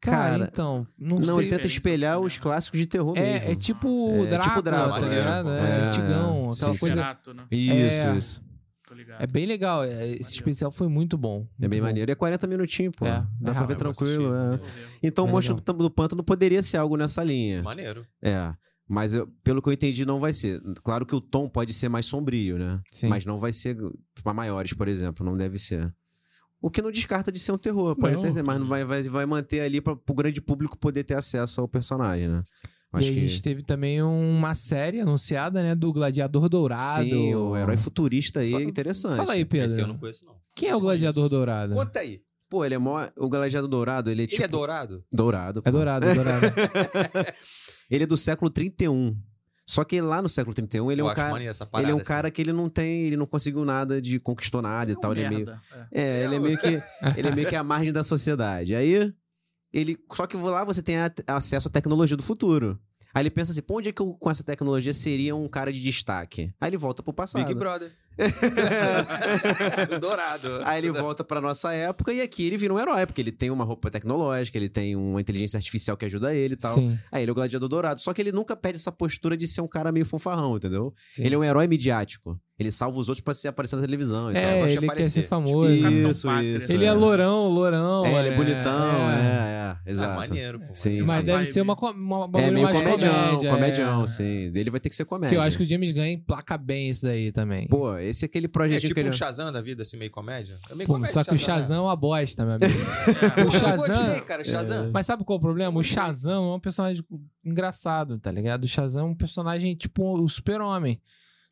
B: Cara,
A: Cara,
B: então, não,
A: Não,
B: sei.
A: ele tenta
D: diferença
A: espelhar
D: do
A: os
D: cinema.
A: clássicos de terror
B: É, é
A: mesmo.
B: tipo
C: É,
B: o
A: tipo
B: Drácula,
A: Drácula,
B: tá
C: né?
B: ligado? É,
A: É,
B: antigão,
A: é.
B: aquela
A: Sim,
B: coisa.
D: Cerato, né?
A: Isso,
B: é.
A: isso.
D: Tô ligado.
B: É bem legal. é, Esse especial foi muito bom.
A: É bem
B: muito bom.
A: maneiro. E é 40 minutinhos, pô.
B: É,
A: Dá pra
B: é
A: ver
C: rápido.
A: tranquilo.
C: Eu vou
A: é.
B: *laughs*
D: Tô vendo.
A: Então, o
B: É
A: Monstro do do Pântano poderia ser algo nessa linha.
C: Maneiro.
A: É. Mas eu- pelo que eu entendi, não vai ser. Claro que o tom pode ser mais sombrio, né?
B: Sim.
A: Mas não vai ser para maiores, por exemplo. Não deve ser. O que não descarta de ser um terror, pode
B: Não.
A: até ser, mas não vai, vai, vai manter ali para o grande público poder ter acesso ao personagem, né? Eu
B: e aí a gente teve também uma série anunciada, né? Do Gladiador Dourado.
A: Sim, o herói futurista aí é
B: Fala-
A: interessante.
B: Fala aí,
C: Esse
B: Pedro.
C: eu não conheço, não.
B: Quem é o Gladiador Dourado?
C: Conta aí.
A: Pô, ele é mó... O Gladiador Dourado, ele é
C: Ele
A: tipo...
C: é dourado?
A: Dourado.
B: É
A: pô. *laughs*
B: Dourado, é Dourado.
A: Ele é do século 31. Só que lá no século 31, ele é
C: eu
A: um
C: acho
A: cara...
C: maneiro essa parada.
A: Ele é um
C: assim.
A: cara que ele não tem... Ele não conseguiu nada de... Conquistou nada e tal. Ele é meio...
D: merda, é.
A: É, ele é meio que... Ele é meio que à margem da sociedade. Aí... Ele... Só que lá você tem a- acesso à tecnologia do futuro. Aí ele pensa assim, pô, onde é que eu, com essa tecnologia seria um cara de destaque? Aí ele volta pro passado.
C: assim. Big Brother.
A: *laughs*
C: dourado. é-
A: Aí ele volta pra nossa época e aqui ele vira um herói, porque ele tem uma roupa tecnológica, ele tem uma inteligência artificial que ajuda ele e tal.
B: Sim,
A: Aí ele é o gladiador dourado. Só que ele nunca perde essa postura de ser um cara meio fanfarrão, entendeu?
B: sim.
A: Ele é um herói midiático. Ele salva os outros pra se aparecer na televisão. e
B: É,
A: tal.
C: gosta de
B: ele quer
C: aparecer.
B: ser famoso.
D: Capitão
A: Isso,
D: Pátria,
A: tipo um isso.
B: ele é lourão, lourão.
A: É, ele
B: né?
A: é bonitão, é, é,
C: Ah,
A: exato.
C: maneiro, pô.
A: Sim,
C: maneiro.
B: Mas
A: sim.
B: deve
D: Vibe.
B: ser uma, co- uma, uma
A: É meio
B: mais
A: comedião,
B: comédia, é.
A: comedião, sim. Dele vai ter que ser comédia.
B: Que eu acho que o James Gunn emplaca bem isso daí também.
A: Pô, esse é aquele
C: É
A: projetinho
C: tipo
A: que ele...
C: um Shazam da vida, assim, meio comédia. É meio
B: Pô,
C: comédia,
B: só que o
C: né?
B: Shazam é uma bosta,
A: *laughs*
B: meu amigo.
D: É,
B: o
C: Pô, eu
B: Shazam-
C: gostei, cara, Shazam.
B: Mas sabe qual é o problema? O Shazam é um personagem engraçado, tá ligado? O Shazam é um personagem tipo o super-homem.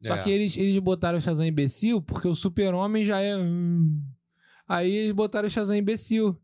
B: Só
C: É.
B: que eles, eles botaram o Shazam imbecil porque o super-homem já é... hum. Aí eles botaram o Shazam imbecil.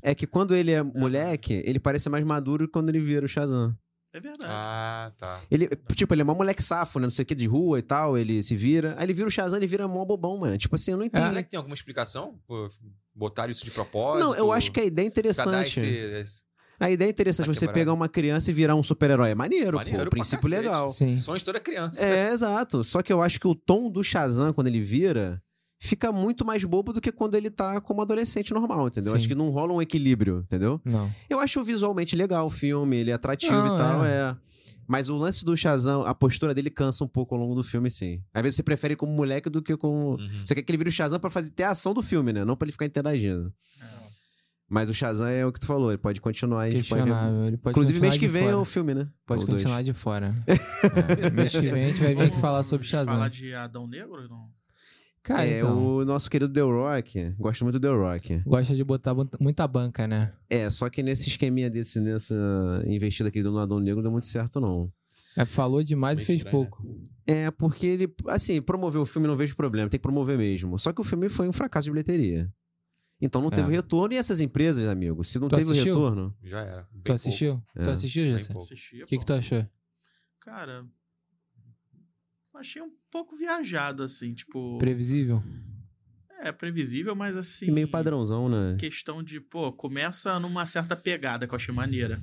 A: É que quando ele é moleque, ele parece mais maduro que quando ele vira o Shazam.
D: é verdade.
C: Ah, tá.
A: Ele, tipo, ele é mó moleque safo, né? Não sei o que, de rua e tal. Ele se vira. Aí ele vira o Shazam, ele vira mó bobão, mano. Tipo assim, eu não
B: É.
A: entendo.
C: Será que tem alguma explicação? Pô, botaram isso de propósito?
A: Não, eu acho que a ideia é
C: Pra dar
A: interessante.
C: esse, esse...
A: A ideia é interessante
C: Tá
A: você
C: quebrado.
A: pegar uma criança e virar um super-herói. É maneiro, pô.
C: Maneiro
A: O
C: pra
A: princípio
C: cacete.
A: legal.
B: Sim.
C: Sonho de toda criança.
A: É, exato. Só que eu acho que o tom do Shazam, quando ele vira, fica muito mais bobo do que quando ele tá como adolescente normal, entendeu?
B: Sim.
A: Acho que não rola um equilíbrio, entendeu?
B: Não.
A: Eu acho visualmente legal o filme, ele é atrativo
B: Não,
A: e tal,
B: é.
A: é. Mas o lance do Shazam, a postura dele cansa um pouco ao longo do filme, sim. Às vezes você prefere como moleque do que como.
C: Uhum.
A: Você quer que ele vire o Shazam pra fazer ter a ação do filme, né? Não pra ele ficar interagindo.
B: É.
A: Mas o Shazam é o que tu falou, ele pode continuar e a gente pode ver.
B: Questionável. Ele pode
A: Inclusive, mês
B: continuar
A: que
B: de
A: vem é
B: fora.
A: o filme, né?
B: Pode
A: Ou dois.
B: continuar
A: *laughs*
B: de fora. É, mês que vem a gente vai vir aqui
D: Vamos
B: falar sobre Shazam.
D: Falar de Adão Negro? Não.
B: Cara,
A: é,
B: então,
A: o nosso querido The Rock. Gosto muito do The Rock.
B: gosta de botar ban- muita banca, né?
A: É, só que nesse esqueminha desse, nessa investida aqui do Adão Negro, não deu muito certo, não.
B: É, falou demais e
C: Meio
B: fez
C: estranho,
B: pouco.
A: É, porque ele, assim, promover o filme não vejo problema, tem que promover mesmo. Só que o filme foi um fracasso de bilheteria. Então não
B: É.
A: teve retorno, e essas empresas, amigo, se não
B: Tu
A: teve o
B: assistiu?
A: retorno.
C: Já era. Bem
B: Tu
C: pouco.
B: assistiu?
A: É,
B: Tu assistiu,
C: Bem
B: Jacen?
C: pouco.
D: Assistia,
B: O que, que
D: pô.
B: tu achou?
D: Cara, achei um pouco viajado, assim, tipo...
B: Previsível?
D: É previsível, mas assim...
B: É
A: E meio padrãozão, né?
D: Questão de, pô, começa numa certa pegada que eu achei maneira.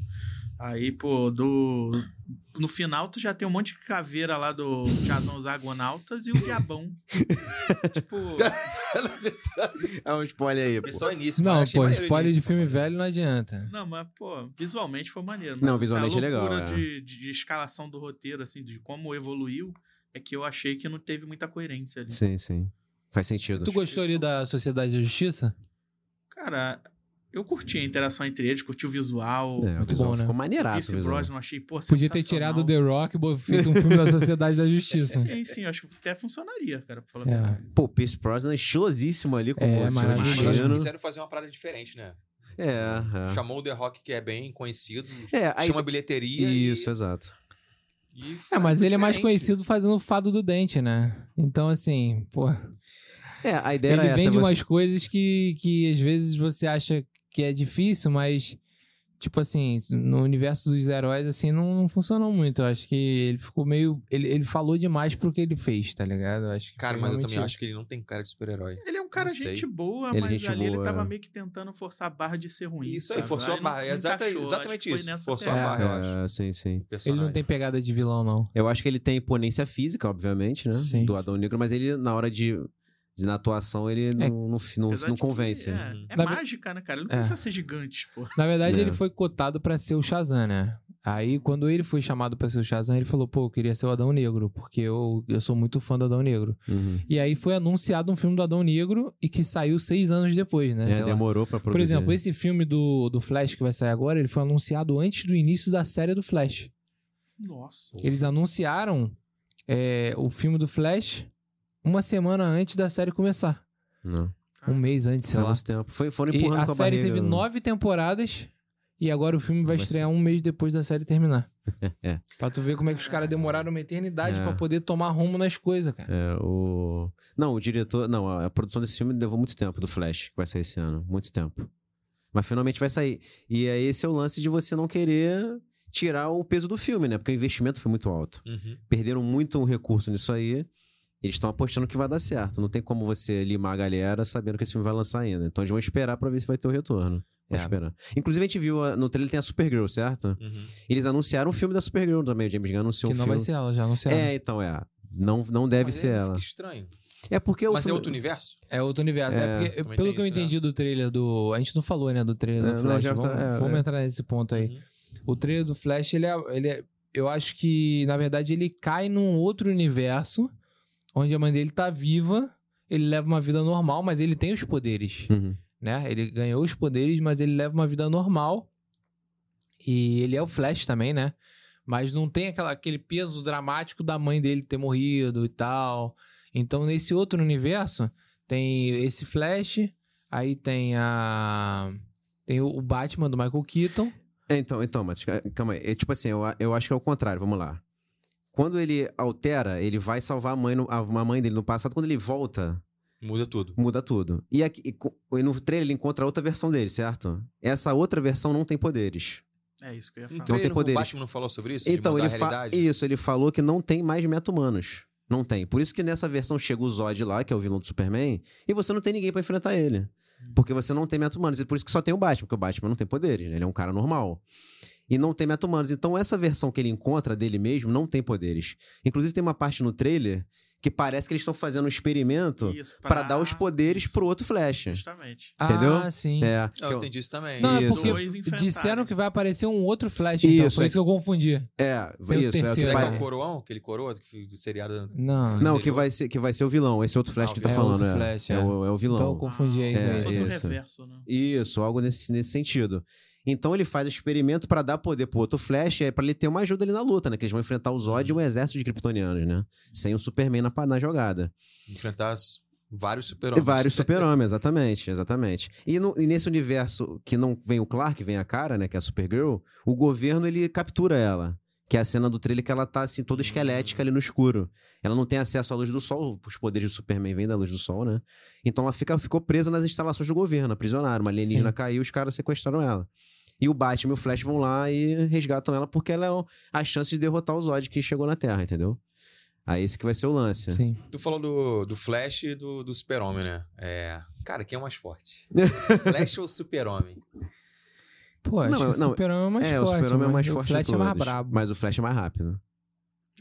D: Aí, pô, do... No final, tu já tem um monte de caveira lá do Jason os Argonautas e
A: *laughs*
D: o Diabão. tipo...
A: É um spoiler aí,
C: Foi
A: pô.
C: só o início.
B: não,
C: mas achei
B: pô,
C: maneiro o
B: spoiler de
C: início,
B: filme
C: pô.
B: velho não adianta.
D: Não, mas, pô, visualmente foi maneiro. mas
A: Não, visualmente
D: a
A: é legal,
D: loucura
A: é.
D: De, de, de escalação do roteiro, assim, de como evoluiu, é que eu achei que não teve muita coerência ali.
A: Sim, sim. Faz sentido.
B: Tu gostou ali da Sociedade da Justiça?
D: Cara, eu curti a interação entre eles, curti o visual.
A: É, o
B: Muito
A: visual
B: bom, né?
A: ficou maneiraço.
D: Pierce
A: o visual.
D: Brosnan, achei, pô,
B: Podia ter
D: sensacional.
B: tirado o The Rock e bo- feito um filme da Sociedade da Justiça.
D: Sim, sim, eu acho que até funcionaria, cara, pela
B: É.
D: verdade.
A: Pô, Pierce Brosnan é chilosíssimo ali com
B: É,
A: o senhor
B: maravilhoso.
C: Mas eu acho que
A: Destino.
C: quiseram fazer uma parada diferente, né?
A: É, é.
C: Chamou o The Rock, que é bem conhecido.
A: É, aí...
C: chama a bilheteria. e-
A: Isso, exato.
C: e
B: *laughs* É,
C: faz
B: mas ele é mais
C: diferente.
B: conhecido fazendo o fado do dente, né? Então, assim, pô.
A: É, a ideia
B: Ele
A: era essa.
B: vende
A: você-
B: umas coisas que, que às vezes você acha que é difícil, mas, tipo assim, no universo dos heróis, assim, não, não funcionou muito. Eu acho que ele ficou meio. Ele, ele falou demais pro que ele fez, tá ligado? Eu acho que
C: Cara,
B: foi
C: mas eu
B: realmente-
C: também acho que ele não tem cara de super-herói.
D: Ele é um cara
C: Não sei.
D: gente boa,
A: Ele é
D: mas
A: gente
D: ali ele
A: boa,
D: tava
A: é.
D: meio que tentando forçar a barra de ser ruim.
C: Isso aí,
D: sabe?
C: forçou a
D: não-
C: barra,
D: não
C: exata-
D: encaixou, acho
C: exatamente
D: que foi
C: isso,
D: nessa
C: forçou a
D: pegada.
C: barra, eu acho.
A: É, sim, sim.
B: Ele
C: Personagem.
B: não tem pegada de vilão, não.
A: Eu acho que ele tem imponência física, obviamente, né?
B: Sim. É,
A: Do Adão Negro, mas ele, na hora de, de na atuação, ele não, não, não,
D: Apesar
A: não
D: de que,
A: convence. né?
D: é é
B: Na ve-
D: mágica, né, cara? Ele não
B: É.
D: precisa ser gigante, pô.
B: Na verdade,
A: É.
B: ele foi cotado pra ser o Shazam, né? Aí, quando ele foi chamado pra ser o Shazam, ele falou, pô, eu queria ser o Adão Negro, porque eu, eu sou muito fã do Adão Negro.
D: é.
A: Uhum.
B: E aí foi anunciado um filme do Adão Negro e que saiu seis anos depois, né?
A: É,
B: Sei lá.
A: demorou pra
B: Por
A: produzir.
B: exemplo, esse filme do, do Flash que vai sair agora, ele foi anunciado antes do início da série do Flash.
D: Nossa.
B: Eles anunciaram é, o filme do Flash uma semana antes da série começar.
A: Não.
B: Um mês antes, sei
A: Há
B: lá.
A: muito tempo. Foi, foram
B: E
A: empurrando
B: a
A: com a
B: série
A: barriga.
B: teve nove temporadas e agora o filme vai
A: Vai
B: estrear um mês depois da série terminar.
A: assim? *laughs* É.
B: Pra tu ver como é que os caras demoraram uma eternidade
A: É.
B: pra poder tomar rumo nas coisas, cara.
A: É, o... Não, o diretor. Não, a a produção desse filme levou muito tempo do Flash, que vai sair esse ano. Muito tempo. Mas finalmente vai sair. E aí esse é o lance de você não querer tirar o peso do filme, né? Porque o investimento foi muito alto.
C: Uhum.
A: Perderam muito um recurso nisso aí. Eles estão apostando que vai dar certo. Não tem como você limar a galera sabendo que esse filme vai lançar ainda. Então eles vão esperar pra ver se vai ter o retorno. Vão
B: É.
A: esperar. Inclusive, a gente viu a- no trailer tem a Supergirl, certo?
C: Uhum.
A: Eles anunciaram o filme da Supergirl também. O James Gunn anunciou
B: Que
A: o é
B: não
A: um filme.
B: vai ser ela, já anunciaram. É,
A: É, então é. Não, não deve
C: Mas aí
A: ser
C: fica
A: ela.
C: estranho.
A: É porque o
C: Mas é
A: filme-
C: outro universo?
B: outro universo. É, porque,
C: também
B: pelo
C: tem
B: que eu
C: isso, né?
B: entendi do trailer do. A gente não falou, né? Do trailer
A: É,
B: do
A: não,
B: Flash.
A: já tá-
B: vamos
A: é,
B: vamos
A: é.
B: entrar nesse ponto aí.
C: Uhum.
B: O trailer do Flash, ele é, ele é- Eu acho que, na verdade, ele cai num outro universo onde a mãe dele tá viva. Ele leva uma vida normal, mas ele tem os poderes.
A: Uhum.
B: né? Ele ganhou os poderes, mas ele leva uma vida normal. E ele é o Flash também, né? Mas não tem aquela, aquele peso dramático da mãe dele ter morrido e tal. Então, nesse outro universo, tem esse Flash, aí tem a. Tem o- o Batman do Michael Keaton.
A: É, então, então, mas calma aí. É, tipo assim, eu, a- eu acho que é o contrário, vamos lá. Quando ele altera, ele vai salvar a mãe, no- a, a mãe dele no passado. Quando ele volta,
C: Muda tudo.
A: muda tudo. E, aqui, e co- e no trailer ele encontra outra versão dele, certo? Essa outra versão não tem poderes.
D: É isso que eu ia
C: Um
D: falar.
A: Então-
C: trailer,
A: poderes.
C: O Batman não falou sobre isso?
A: então,
C: de
A: ele
C: mudar a
A: fa...
C: realidade?
A: Isso, ele falou que não tem mais meta-humanos. Não tem. Por isso que nessa versão chega o Zod lá, que é o vilão do Superman, e você não tem ninguém pra enfrentar ele.
C: Hum.
A: Porque você não tem meta-humanos. E por isso que só tem o Batman, porque o Batman não tem poderes, né? Ele é um cara normal. E não tem meta-humanos. Então, essa versão que ele encontra dele mesmo não tem poderes. Inclusive, tem uma parte no trailer que parece que eles estão fazendo um experimento
D: Isso,
A: pra dar os poderes
D: isso,
A: pro outro né? Flash.
D: Justamente.
A: Entendeu?
B: Ah, sim.
A: É.
C: Ah,
A: que
C: eu
A: eu-
C: entendi isso também.
B: Não, é
A: Isso.
B: porque
D: Dois enfrentaram.
B: disseram que vai aparecer um outro Flash, então
A: Isso,
B: foi
A: é.
B: isso que eu confundi.
A: É,
B: Tem o
A: isso. É o que
B: terceiro,
C: Será
A: vai-
C: que é o coroão? Aquele coroa do que- do seriado...
B: Não,
A: Não,
C: Entendeu?
A: que vai, ser, que vai ser o vilão. Esse outro Flash
C: Ah,
A: que tá
B: é
A: falando.
B: outro
A: é.
B: Flash,
A: É
B: é.
A: o, é o vilão.
B: Então eu confundi aí.
A: É,
B: com
D: Como se
B: isso.
D: fosse o
A: isso.
D: reverso, né?
A: Isso, algo nesse, nesse sentido. Então ele faz o experimento pra dar poder pro outro Flash, é para ele ter uma ajuda ali na luta, né? Que eles vão enfrentar o Zod e um exército de kryptonianos, né? Sem o Superman na, pa- na jogada.
C: Enfrentar as- vários
A: E
C: super-homens.
A: vários super-homens, exatamente, exatamente. E, no- e nesse universo que não vem o Clark, vem a cara, né? Que é a Supergirl, o governo ele captura ela. Que é a cena do trailer que ela tá assim, toda
C: Hum.
A: esquelética ali no escuro. Ela não tem acesso à luz do sol, os poderes do Superman vêm da luz do sol, né? Então ela fica, ficou presa nas instalações do governo, aprisionaram. Uma alienígena
B: Sim.
A: caiu, os caras sequestraram ela. E o Batman e o Flash vão lá e resgatam ela porque ela é o- a chance de derrotar o Zod que chegou na Terra, entendeu? Aí esse que vai ser o lance.
B: Sim.
C: Tu falou do, do Flash e do, do super-homem, né? É... Cara, quem é o
A: *laughs*
C: mais forte? Flash ou super-homem?
B: Pô, acho
A: Não,
B: que o
A: não,
B: Super-Homem é mais
A: é,
B: forte.
A: o Superman é
B: mas
A: mais
B: o
A: forte
B: Flash
A: de
B: é mais
A: todos,
B: brabo.
A: Mas o Flash é mais rápido.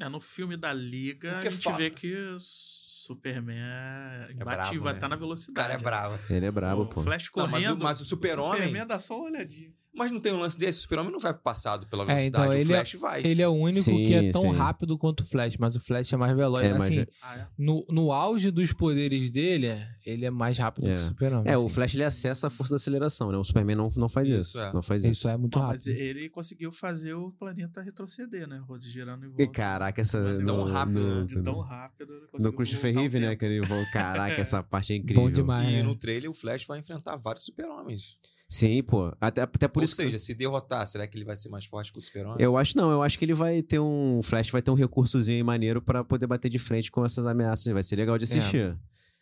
D: É, no filme da Liga,
C: Porque é
D: a gente
C: foda.
D: vê que o Superman é
C: brabo,
D: imbatível,
C: né?
D: tá na
C: O
D: velocidade.
C: cara é brabo.
A: Ele é brabo,
D: O
A: pô.
D: Flash
C: Não, mas o-
D: correndo.
C: mas o Super-Homem-
D: Superman dá só uma olhadinha.
C: Mas não tem um lance desse? O super-homem não vai pro passado pela
B: É,
C: velocidade.
B: então,
C: o
B: ele é-
C: Flash vai.
B: Ele é o único que é
A: Sim,
B: tão
A: sim.
B: rápido quanto o Flash, mas o Flash é mais veloz.
A: É, mas
B: assim,
A: é-
D: Ah, é?
B: no, no auge dos poderes dele, ele é mais rápido
A: É.
B: que o Super-Homem.
A: É, o
B: assim.
A: Flash ele acessa a força da aceleração, né? O Superman não, não faz
C: Isso,
A: isso.
C: é.
A: Não faz
B: Isso
A: isso.
B: é muito
D: Não, mas
B: rápido.
D: ele conseguiu fazer o planeta retroceder, né? Rose girando
A: E
D: e volta.
A: caraca, essa.
D: Mas
C: tão rápido,
A: no,
D: de tão
A: no,
D: rápido. ele
A: no
D: conseguiu
A: Christopher
D: voltar o
A: Reeve, né?
D: tempo.
A: Que ele voltou. Caraca, essa parte é incrível.
B: Bom demais.
C: E
B: né?
C: no trailer, o Flash vai enfrentar vários super-homens.
A: Sim, pô. Até, até por
C: Ou
A: isso. que-
C: seja, se derrotar, será que ele vai ser mais forte que o super-homem?
A: Eu acho não, eu acho que ele vai ter um. O Flash vai ter um recursozinho aí maneiro pra poder bater de frente com essas ameaças. né? Vai ser legal de assistir.
B: É.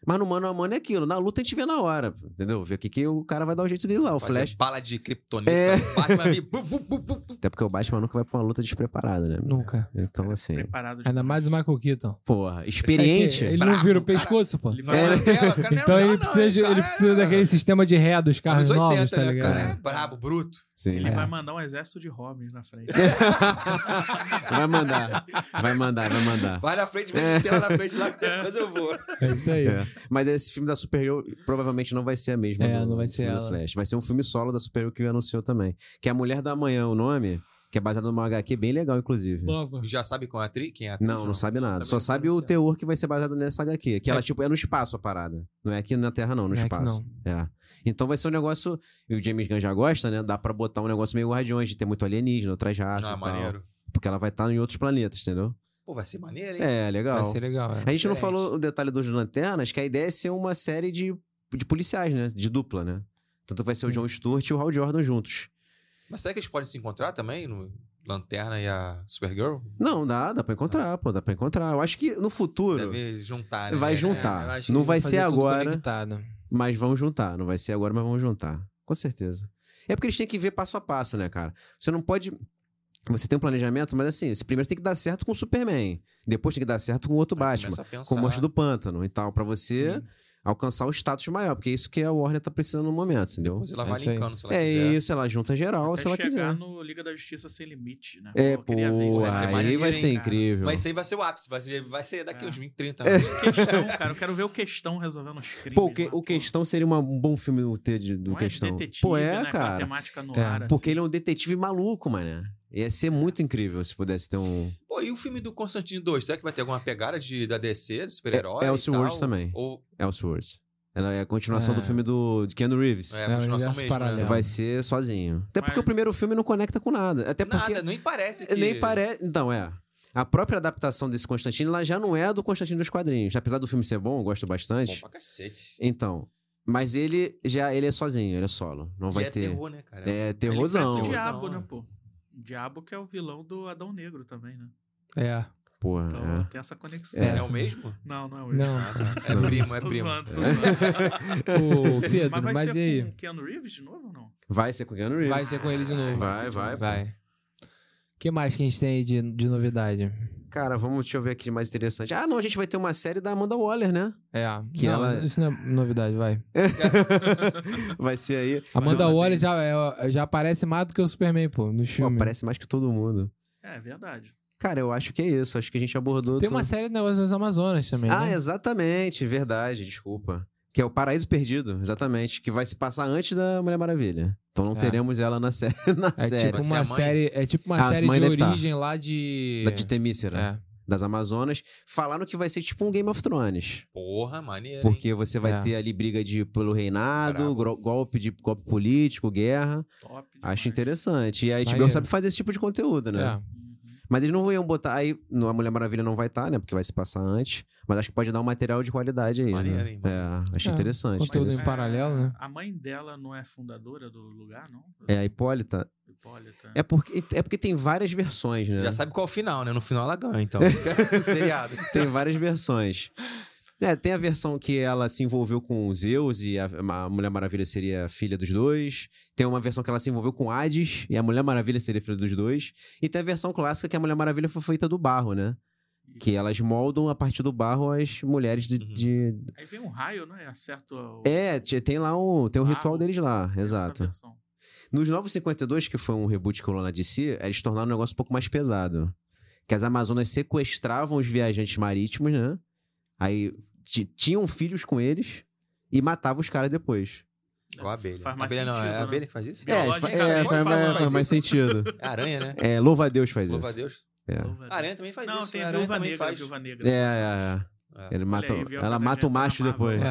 A: Mas no mano a mano é aquilo. Na luta a gente vê na hora, entendeu? Vê o que, que o cara vai dar o jeito dele lá. O
C: Fazer
A: Flash.
C: bala de kryptonita.
A: É.
C: o Batman ali, bu, bu, bu, bu, bu.
A: Até porque o Batman nunca vai pra uma luta despreparado, né?
B: Nunca.
A: Então, assim.
D: Preparado de
B: Ainda mais o Michael Keaton.
A: Porra,
B: É que
A: experiente.
B: ele não
C: brabo,
B: vira o
C: cara.
B: pescoço, pô.
D: Ele vai
C: Vai
A: né?
D: lá,
C: na tela, o cara não é
B: Então
C: legal,
B: ele
C: não,
B: precisa, de-
C: cara
B: ele
C: é-
B: precisa daquele sistema de ré dos carros
C: Anos 80,
B: novos, tá
C: né,
B: ligado?
C: cara? É brabo, bruto.
A: Sim.
D: ele
B: É.
D: vai mandar um exército de homens na frente.
A: *laughs* É, Vai mandar. Vai mandar, vai mandar.
C: Vai na frente, vem com tela na frente lá, que depois eu vou.
B: *laughs* É isso aí.
A: É. Mas esse filme da Supergirl provavelmente não vai ser a mesma.
B: É,
A: do-
B: não vai
A: do
B: ser
A: filme do
B: ela.
A: Flash. Vai ser um filme solo da Supergirl que anunciou também. Que é a Mulher da Manhã, o nome, que é baseado numa HQ bem legal, inclusive.
B: Nova.
C: Já sabe qual é a atriz? Quem é a atriz?
A: Não, não sabe nada.
C: Também
A: Só
C: não
A: sabe
C: sei.
A: o teor que vai ser baseado nessa HQ. Que
B: É.
A: ela, tipo, é no espaço a parada. Não é aqui na Terra, não, no
B: Não é aqui,
A: espaço. É. Então vai ser um negócio. E o James Gunn já gosta, né? Dá pra botar um negócio meio guardiões, de ter muito alienígena, outras raças.
C: Ah,
A: e tal,
C: maneiro.
A: porque ela vai estar em outros planetas, entendeu?
C: Pô, vai ser maneiro, hein?
A: É, legal.
B: Vai ser legal. é.
A: A gente não
C: Diferente.
A: falou o detalhe dos lanternas, que a ideia é ser uma série de de policiais, né? De dupla, né? Tanto que vai ser o John Stewart e o Hal Jordan juntos.
C: Mas será que eles podem se encontrar também no Lanterna e a Supergirl?
A: Não, dá, dá pra encontrar, pô, dá pra encontrar. Eu acho que no futuro
C: Deve juntar, né?
A: Vai
C: É,
A: juntar. Tá,
B: eu acho que
A: não
B: eles
A: vai
B: vão
A: ser
B: fazer tudo
A: agora.
B: conectado.
A: Mas vão juntar, não vai ser agora, mas vão juntar. Com certeza. É porque eles têm que ver passo a passo, né, cara? Você não pode. Você tem um planejamento, mas assim, esse primeiro tem que dar certo com o Superman. Depois tem que dar certo com o outro
C: Aí
A: Batman.
C: começa a pensar.
A: Com o Monstro do Pântano e tal, pra você
C: Sim.
A: alcançar o status maior, porque é isso que a Warner tá precisando no momento, entendeu?
C: Depois ela
B: É
C: vai
B: isso aí.
C: linkando, se ela
A: É
C: quiser.
A: isso, ela junta geral,
D: Até
A: se ela
D: chegar
A: quiser.
D: no Liga da Justiça Sem Limite, né?
A: É,
D: eu
A: pô,
D: queria ver isso.
C: vai ser
A: aí
C: maneiro,
A: vai
C: hein,
A: ser
D: cara?
A: incrível.
C: Mas isso aí vai ser o ápice, vai ser, vai ser daqui
D: É.
C: uns 20, 30 anos.
D: Questão, cara, eu quero ver o Questão resolvendo os crimes.
A: Pô, o, que-
D: lá,
A: o Questão seria uma- um bom filme do, ter de- do
D: Não é de
A: Questão.
D: detetive,
A: pô, é,
D: né, aquela
A: cara.
D: temática no
B: É,
D: ar, assim.
A: Porque ele é um detetive maluco, mané. Ia ser muito incrível se pudesse ter um.
C: Pô, e o filme do Constantine 2? Será que vai ter alguma pegada de, da DC, do super-herói?
A: É-
C: e
A: Elseworlds
C: tal?
A: também.
C: Ou
A: Elseworlds. Ela é a continuação
B: É.
A: do filme do, de Keanu Reeves.
C: é,
B: É,
C: a continuação
B: universo
C: mesmo.
B: paralelo.
C: Né?
A: Vai ser sozinho. Até porque
D: Mas-
A: o primeiro filme não conecta com nada. Até porque
C: Nada, nem parece que.
A: nem parece. Então, é. A própria adaptação desse Constantino, ela já não é a do Constantino dos quadrinhos. Apesar do filme ser bom, eu gosto
C: Bom
A: bastante.
C: pra cacete.
A: Então, mas ele já ele é sozinho, ele é solo. Não vai
C: e é
A: ter.
C: terror, né, cara?
A: É
D: Ele
A: terrorzão.
D: enfrenta o
C: Terrorzão,
D: Diabo,
C: né?
D: né, pô? O Diabo que é o vilão do Adão Negro também, né?
B: É.
A: Porra,
D: Então
A: é.
D: tem essa conexão.
C: É,
B: É.
C: o mesmo?
D: Não, não é o Will.
B: Não.
C: Ah, tá. É primo, é
D: Tô
C: primo.
D: zoando, tô zoando.
B: Ô,
D: Mas
B: Pedro,
D: vai
B: mas,
D: ser
B: e aí?
D: com o Keanu Reeves de novo ou não?
A: Vai ser com o Keanu Reeves.
B: Vai ser com ele de
D: Ah,
B: novo.
A: vai, vai, pô.
B: Vai. O que mais que a gente tem aí de, de novidade?
A: Cara, vamos, deixa eu ver aqui de mais interessante. Ah, não, a gente vai ter uma série da Amanda Waller, né?
B: É,
A: Que
B: não,
A: ela-
B: isso não é novidade, vai.
A: vai ser aí.
B: Amanda
D: Não,
B: Waller
D: mas-
B: já, é- já aparece mais do que o Superman, pô, no
A: Pô,
B: filme.
A: aparece mais que todo mundo.
D: É, é verdade.
A: Cara, eu acho que é isso. Acho que a gente abordou.
B: Tem
A: tudo.
B: uma série de negócios das Amazonas também,
A: Ah,
B: né?
A: exatamente, verdade, desculpa. Que é o Paraíso Perdido, exatamente. Que vai se passar antes da Mulher Maravilha. Então não
B: É.
A: teremos ela na, sé *laughs* na
B: É
A: série.
B: tipo
C: Vai ser a
B: uma
C: mãe?
B: série, é tipo uma
A: Ah, as
B: série
A: mães
B: de
A: devem tá.
B: origem lá de
A: Da de Temícera,
B: tipo, É.
A: das Amazonas. Falaram que vai ser tipo um Game of Thrones.
C: *laughs* Porra, maneiro. hein?
A: Porque você vai
B: É.
A: ter ali briga de, pelo reinado,
C: Brabo.
A: gro- golpe de golpe político, guerra.
D: Top. demais.
A: Acho interessante. E a HBO
B: Maneiro.
A: sabe fazer esse tipo de conteúdo, né?
B: É.
D: Uhum.
A: Mas eles não iam botar. Aí no- a Mulher Maravilha não vai estar, né? Porque vai se passar antes. Mas acho que pode dar um material de qualidade aí.
C: Maneiro,
A: né?
C: hein,
A: É, achei
B: É,
A: interessante.
B: conteúdo
A: interessante.
B: em paralelo, né?
D: A mãe dela não é fundadora do lugar, não?
A: É, a Hipólita.
D: Hipólita.
A: É porque, é porque tem várias versões, né?
C: Já sabe qual é o final, né? No final ela
A: *laughs*
C: ganha, então. Seriado.
A: Tem várias versões. É, tem a versão que ela se envolveu com Zeus e a, a Mulher Maravilha seria filha dos dois. Tem uma versão que ela se envolveu com Hades e a Mulher Maravilha seria filha dos dois. E tem a versão clássica que a Mulher Maravilha foi feita do barro, né? Que elas moldam a partir do barro as mulheres de-
C: Uhum.
A: de,
D: Aí vem um raio, né? Acerta o...
A: É, t- tem lá um, tem um
D: Ah,
A: ritual
D: o-
A: deles lá,
D: essa
A: exato.
D: versão.
A: Nos Novos 52, que foi um reboot que rolou na DC, eles tornaram o negócio um pouco mais pesado. Que as Amazonas sequestravam os viajantes marítimos, né? Aí ti- tinham filhos com eles e matavam os caras depois.
C: Igual a abelha.
D: Faz
C: A
D: mais
C: abelha não,
D: sentido,
C: é a
D: né?
C: abelha que faz
A: É,
C: isso?
A: fa- é,
D: Biologicamente
A: faz, mais-
D: falando,
A: faz mais
C: *laughs*
A: sentido.
C: É a aranha, né?
A: É, louva a Deus faz
C: Louva a
A: isso.
C: Deus.
D: Louva a
C: A aranha também faz
D: Tá Não,
C: isso. né?
D: tem
C: a aranha
D: Viúva
C: também
D: Negra,
C: faz.
D: Viúva
A: É,
D: Negra.
A: é, é.
C: É.
A: Ele mata,
D: aí, viu?
A: ela
D: A
A: mata o
D: gente
A: macho
D: amava.
A: depois.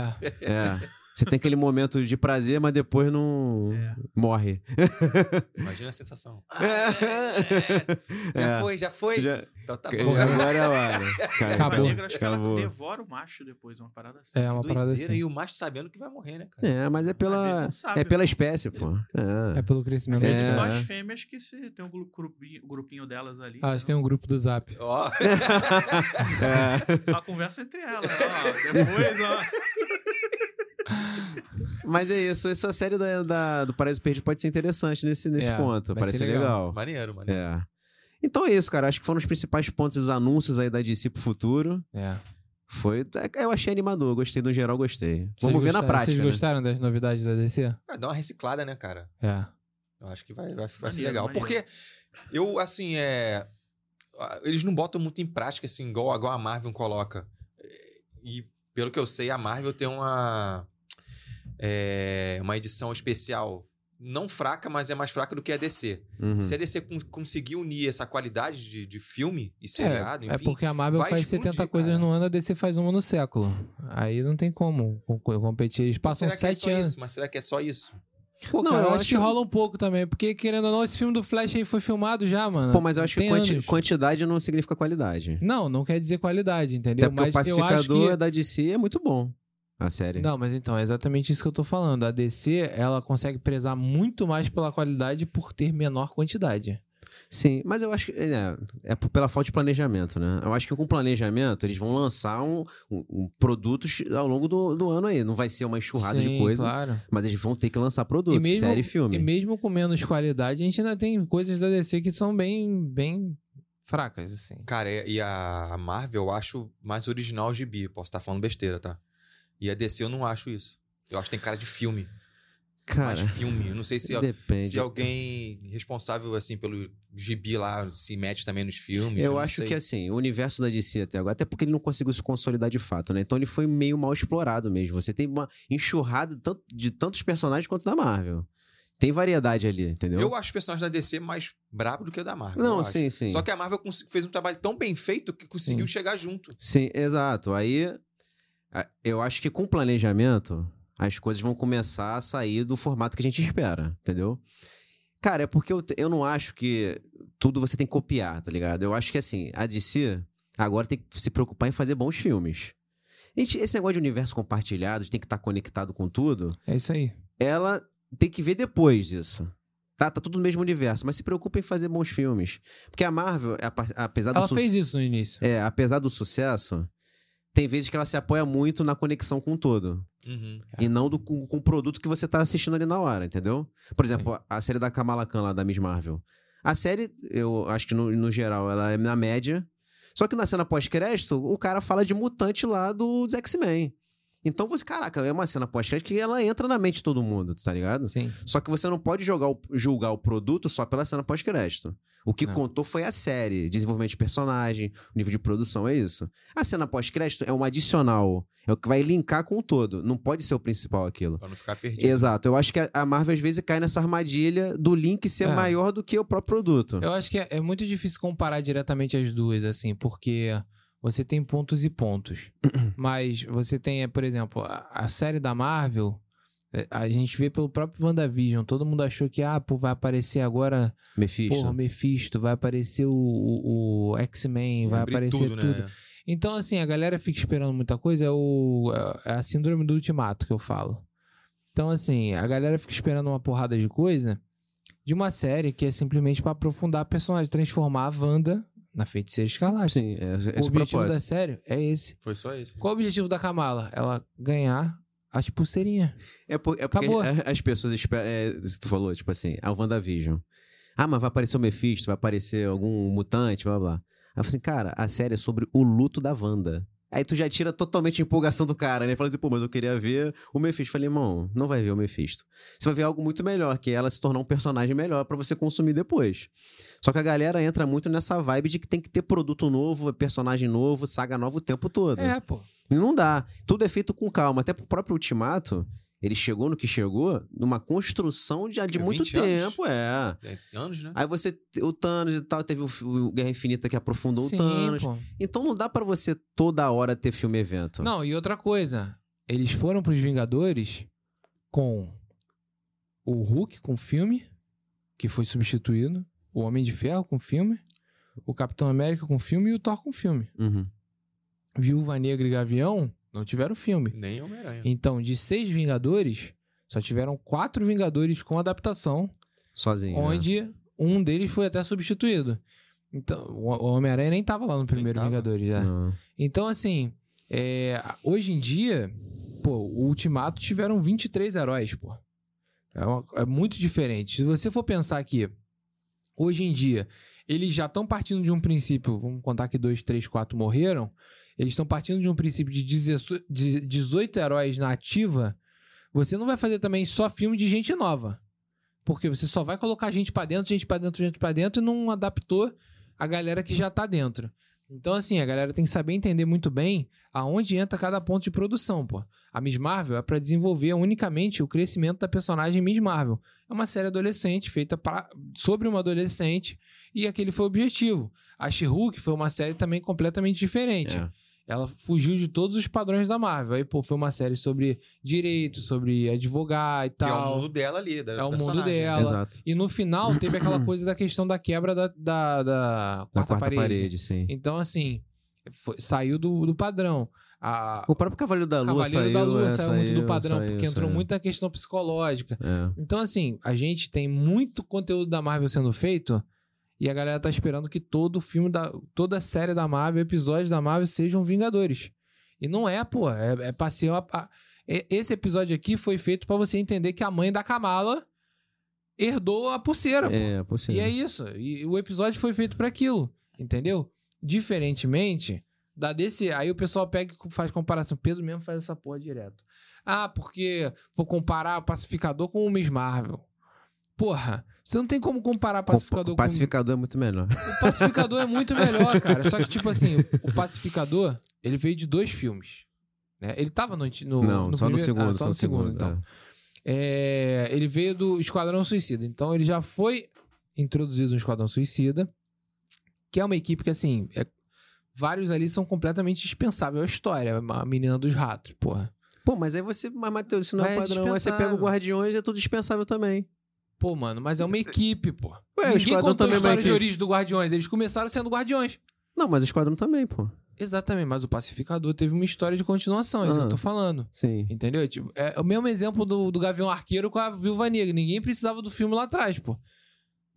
A: É.
B: É.
A: Você tem aquele momento de prazer, mas depois não
D: É.
A: morre.
C: Imagina a sensação.
A: *laughs* É.
C: Ah, Já foi, já foi.
A: Já-
C: Então tá
A: Agora
C: bom.
A: é a hora. Cara,
D: Viúva
B: Acabou.
D: Negra, acho que ela
A: Acabou.
D: devora o macho depois, uma parada assim.
B: É uma parada
C: Doideira,
B: assim.
C: E o macho sabendo que vai morrer, né, cara?
A: É, mas é
D: Às vezes
A: pela.
D: não sabe,
A: É
D: né?
A: pela espécie, pô. É.
B: É pelo crescimento.
A: É.
B: da
D: Às vezes
B: espécie.
D: Só
A: é.
D: as fêmeas que se, tem um gru- grupinho, grupinho delas ali.
B: Ah, eles têm um grupo do Zap.
C: Ó,
A: É.
D: Só conversa entre elas. ó, depois, ó.
A: Mas é isso. Essa série da, da- do Paraíso Perdido pode ser interessante nesse, nesse
B: É,
A: ponto.
B: vai
A: Parece
B: ser
A: legal.
B: legal.
C: maneiro, maneiro.
A: É. Então é isso, cara. Acho que foram os principais pontos dos anúncios aí da DC pro futuro.
B: É.
A: Foi. é, Eu achei animador, gostei do geral, gostei.
B: Vocês
A: Vamos ver na
B: gostaram-
A: prática.
B: Vocês
A: né?
B: gostaram das novidades da DC?
C: Ah, Dá uma reciclada, né, cara?
B: É.
C: Eu acho que vai, vai, vai ser
D: Maneiro,
C: legal.
D: maneiro.
C: Porque eu, assim, é. ah, Eles não botam muito em prática, assim, igual, igual a Marvel coloca. Eh, E pelo que eu sei, a Marvel tem uma. é, uma edição especial. Não fraca, mas é mais fraca do que a DC.
A: Uhum.
C: Se a DC con- conseguir unir essa qualidade de, de filme e seriado,
B: É, é
C: enfim.
B: porque a Marvel
C: vai
B: faz
C: explodir,
B: 70 coisas
C: cara.
B: no ano, a DC faz uma no século. Aí não tem como com- com- competir. Eles passam
C: será que é
B: 7
C: só
B: anos.
C: isso? Mas será que é só isso?
B: Pô,
A: Não,
B: cara,
A: eu
B: eu acho
A: acho-
B: que rola um pouco também. Porque, querendo ou não, esse filme do Flash aí foi filmado já, mano.
A: Pô, mas eu acho que
B: Tem
A: quanti-
B: anos.
A: quantidade não significa qualidade.
B: Não, não quer dizer qualidade,
A: Até
B: entendeu?
A: É porque o
B: mas eu acho
A: pacificador é
B: que...
A: da DC é muito bom. a série.
B: Não, mas então, é exatamente isso que eu tô falando. A DC, ela consegue prezar muito mais pela qualidade por ter menor quantidade.
A: Sim, mas eu acho que é, é por- pela falta de planejamento, né? Eu acho que com planejamento eles vão lançar um, um- um produtos ao longo do, do ano aí. Não vai ser uma enxurrada
B: Sim,
A: de coisa,
B: claro.
A: mas eles vão ter que lançar produtos,
B: mesmo-
A: série e filme.
B: E mesmo com menos qualidade, a gente ainda tem coisas da DC que são bem, bem fracas, assim.
C: Cara, é- e a Marvel eu acho mais original o gibi. Posso estar falando besteira, tá? E a DC eu não acho isso. Eu acho que tem cara de filme.
A: Cara,
C: mais filme. Eu não sei
A: *laughs*
C: se,
A: depende.
C: se alguém responsável, assim, pelo gibi lá se mete também nos filmes.
A: Eu
C: não
A: acho
C: sei.
A: que assim, o universo da DC até agora, até porque ele não conseguiu se consolidar de fato, né? Então ele foi meio mal explorado mesmo. Você tem uma enxurrada tanto- de tantos personagens quanto da Marvel. Tem variedade ali, entendeu?
C: Eu acho os personagens da DC mais brabo do que o da Marvel. eu
A: não,
C: acho.
A: sim, sim.
C: Só que a Marvel cons- fez um trabalho tão bem feito que conseguiu chegar junto.
A: Sim, exato. Aí a- eu acho que com planejamento as coisas vão começar a sair do formato que a gente espera, entendeu? Cara, é porque eu, te- eu não acho que tudo você tem que copiar, tá ligado? Eu acho que assim, a DC agora tem que se preocupar em fazer bons filmes. Gente, esse negócio de universo compartilhado, de tem que estar conectado com tudo,
B: É isso aí.
A: ela tem que ver depois isso. Tá, tá tudo no mesmo universo, mas se preocupa em fazer bons filmes. Porque a Marvel, apa- apesar do
B: Ela
A: sucesso.
B: fez isso no início.
A: É, apesar do sucesso, tem vezes que ela se apoia muito na conexão com o todo.
C: Uhum.
B: É.
A: E não do, com, com o produto que você tá assistindo ali na hora, entendeu? Por exemplo, a série da Kamala Khan lá da Miss Marvel. A série, eu acho que no, no geral, ela é na média. Só que na cena pós-crédito, o cara fala de mutante lá do dos X-Men. Então você, caraca, é uma cena pós-crédito que ela entra na mente de todo mundo, tá ligado?
B: Sim.
A: Só que você não pode jogar o- julgar o produto só pela cena pós-crédito. O que
B: Não.
A: contou foi a série, desenvolvimento de personagem, nível de produção, é isso. A cena pós-crédito é um adicional, é o que vai linkar com o todo. Não pode ser o principal aquilo.
C: Pra não ficar perdido.
A: Exato, eu acho que a- a Marvel às vezes cai nessa armadilha do link ser
B: É.
A: maior do que o próprio produto.
B: Eu acho que é, é muito difícil comparar diretamente as duas, assim, porque você tem pontos e pontos. Mas você tem, é, por exemplo, a, a série da Marvel, é, a gente vê pelo próprio WandaVision. Todo mundo achou que, ah, pô, vai aparecer agora,
A: Mephisto.
B: porra, o Mephisto, vai aparecer o, o- o X-Men, vai
C: Abrir
B: aparecer tudo.
C: Né?
B: Então, assim, a galera fica esperando muita coisa. É, o, é a síndrome do ultimato que eu falo. Então, assim, a galera fica esperando uma porrada de coisa de uma série que é simplesmente pra aprofundar a personagem, transformar a Wanda na feiticeira escarlate.
A: Sim, é
B: O
A: esse o
B: objetivo da
A: propósito.
B: série é esse.
C: Foi só isso.
B: Qual o objetivo da Kamala? Ela ganhar as pulseirinhas.
A: É, por- é porque
B: Acabou.
A: a- as pessoas esperam. É, isso que tu falou, tipo assim, a WandaVision. Ah, mas vai aparecer o Mephisto, vai aparecer algum mutante, blá blá. blá. Aí eu falei assim, cara, a série é sobre o luto da Wanda. Aí tu já tira totalmente a empolgação do cara, né? Fala assim, pô, mas eu queria ver o Mephisto. Falei, irmão, não vai ver o Mephisto. Você vai ver algo muito melhor, que é ela se tornar um personagem melhor pra você consumir depois. Só que a galera entra muito nessa vibe de que tem que ter produto novo, personagem novo, saga nova o tempo todo.
B: É, pô.
A: E Não dá. Tudo é feito com calma. Até pro próprio Ultimato, ele chegou no que chegou, numa construção de, de
C: É,
A: muito
C: 20 anos.
A: tempo, é.
C: É, anos, né?
A: Aí você, o Thanos e tal, teve o, fi- o Guerra Infinita que aprofundou
B: Sim,
A: o Thanos.
B: pô.
A: Então não dá pra você toda hora ter filme-evento.
B: Não, e outra coisa. Eles foram pros Vingadores com o Hulk com filme, que foi substituído, o Homem de Ferro com filme, o Capitão América com filme e o Thor com filme.
A: Uhum.
B: Viúva Negra e Gavião não tiveram filme.
C: Nem Homem-Aranha.
B: Então, de seis Vingadores, só tiveram quatro Vingadores com adaptação,
A: Sozinho. né?
B: onde um deles foi até substituído. Então, o o Homem-Aranha nem tava lá no primeiro
C: tava.
B: Vingadores. né?
A: Não.
B: Então, assim, é, hoje em dia, pô, o Ultimato tiveram 23 heróis, pô. É, uma- é muito diferente. Se você for pensar que hoje em dia eles já estão partindo de um princípio, vamos contar que 2, 3, 4 morreram, eles estão partindo de um princípio de 18 de 18 heróis na ativa, você não vai fazer também só filme de gente nova. Porque você só vai colocar gente pra dentro, gente pra dentro, gente pra dentro e não adaptou a galera que já tá dentro. Então, assim, a galera tem que saber entender muito bem aonde entra cada ponto de produção, pô. A Miss Marvel é pra desenvolver unicamente o crescimento da personagem Miss Marvel. É uma série adolescente feita pra, sobre uma adolescente e aquele foi o objetivo. A She-Hulk foi uma série também completamente diferente.
A: É.
B: Ela fugiu de todos os padrões da Marvel. Aí, pô, foi uma série sobre direito, sobre advogar e
C: Que é o
B: tal.
C: mundo dela ali. Da,
B: É o mundo
C: personagem, né?
B: dela.
A: Exato.
B: E no
A: *clears throat*
B: final teve aquela coisa da questão da quebra da, da, da
A: Na
B: quarta,
A: quarta parede,
B: parede.
A: sim.
B: Então, assim, foi- saiu do, do padrão. A,
A: O próprio Cavaleiro da Lua
B: Cavaleiro
A: saiu,
B: da Lua
A: é,
B: saiu, muito do padrão,
A: saiu,
B: porque entrou
A: saiu.
B: muito na questão psicológica.
A: É.
B: Então, assim, a gente tem muito conteúdo da Marvel sendo feito e a galera tá esperando que todo filme, da, toda série da Marvel, episódios da Marvel sejam Vingadores. E não é, pô. É, é passeio. a- a- e- esse episódio aqui foi feito pra você entender que a mãe da Kamala herdou a pulseira. pô.
A: É, possível.
B: E é isso. E o episódio foi feito pra aquilo, entendeu? Diferentemente da DC, aí o pessoal pega e faz comparação. Pedro mesmo faz essa porra direto. Ah, porque vou comparar o pacificador com o Miss Marvel. Porra, você não tem como comparar
A: Com-
B: pacificador
A: o
B: com
A: pacificador é muito melhor.
B: o Pacificador é muito melhor, cara. Só que, tipo assim, o Pacificador, ele veio de dois filmes. Né? Ele tava no, anti- no
A: não, só no
B: primeiro-
A: segundo.
B: ah, só no segundo, então. É, ele veio do Esquadrão Suicida. Então ele já foi introduzido no Esquadrão Suicida, que é uma equipe que, assim, é- vários ali são completamente dispensáveis à história. A menina dos ratos, porra.
A: é. Pô, mas aí você. Mas, Matheus, isso não é
B: Mas é
A: padrão. Aí você pega o
B: dispensável.
A: Guardiões e é tudo dispensável também.
B: Pô, mano, mas é uma equipe, pô.
A: Ué, o
B: Ninguém
A: Esquadrão
B: contou a
A: também é uma
B: história de
A: equipe.
B: origem do Guardiões. Eles começaram sendo Guardiões.
A: Não, mas o Esquadrão também, pô.
B: Exatamente, mas o Pacificador teve uma história de continuação, é isso que eu
A: Ah.
B: tô falando.
A: Sim.
B: Entendeu? Tipo, é o mesmo exemplo do, do Gavião Arqueiro com a Viúva Negra. Ninguém precisava do filme lá atrás, pô.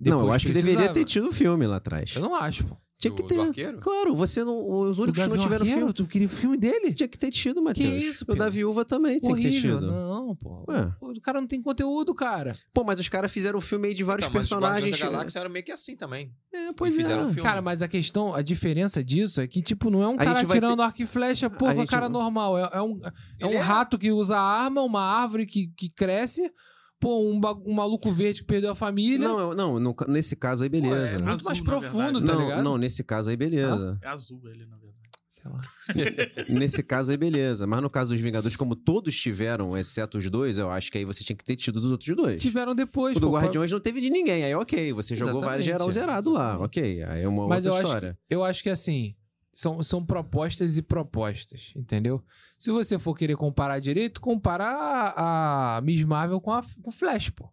A: não, eu
B: Depois
A: acho que
B: precisava.
A: deveria ter tido o filme lá atrás.
B: Eu não acho, pô.
A: Tinha que
C: Do- do
A: ter.
C: Arqueiro?
A: Claro, você não. Os únicos que não tiveram filme.
B: Tu queria o filme dele?
A: Tinha que ter tido, Matheus.
B: isso,
A: o da
B: Pedro?
A: viúva também tinha que ter
B: Horrível.
A: tido.
B: Não, pô.
A: Ué.
B: O cara não tem conteúdo, cara.
A: Pô, mas os caras fizeram um filme aí de vários
C: Então, mas os
A: personagens.
C: Guardiões da Galáxia era meio que assim também.
A: É, pois
C: E
A: é.
C: fizeram um filme.
B: Cara, mas a questão, a diferença disso é que, tipo, não é um
A: A
B: cara
A: gente vai
B: tirando arco e flecha, pô,
A: A
B: com a
A: gente
B: cara
A: vai-
B: normal. É, é um, é
C: Ele
B: um rato que usa arma, uma árvore que, que cresce, pô, um, ba- um maluco verde que perdeu a família.
A: Não, eu- não, no ca- nesse caso aí, beleza.
B: muito
D: Azul,
B: mais
D: na
B: profundo,
D: verdade.
B: é tá
A: não,
B: ligado?
A: não, nesse caso aí, beleza.
D: É azul ele, na verdade.
B: Sei lá.
A: nesse caso aí, beleza. Mas no caso dos Vingadores, como todos tiveram, exceto os dois, eu acho que aí você tinha que ter tido dos outros dois.
B: Tiveram depois,
A: o do
B: pô,
A: Guardiões não teve de ninguém. Aí, ok, você jogou vários geral
B: Exatamente.
A: zerado lá. Ok, aí é uma
B: Mas eu
A: outra
B: acho
A: história.
B: Eu acho que assim, são, são propostas e propostas, entendeu? Se você for querer comparar direito, comparar a, a Miss Marvel com a com Flash, pô.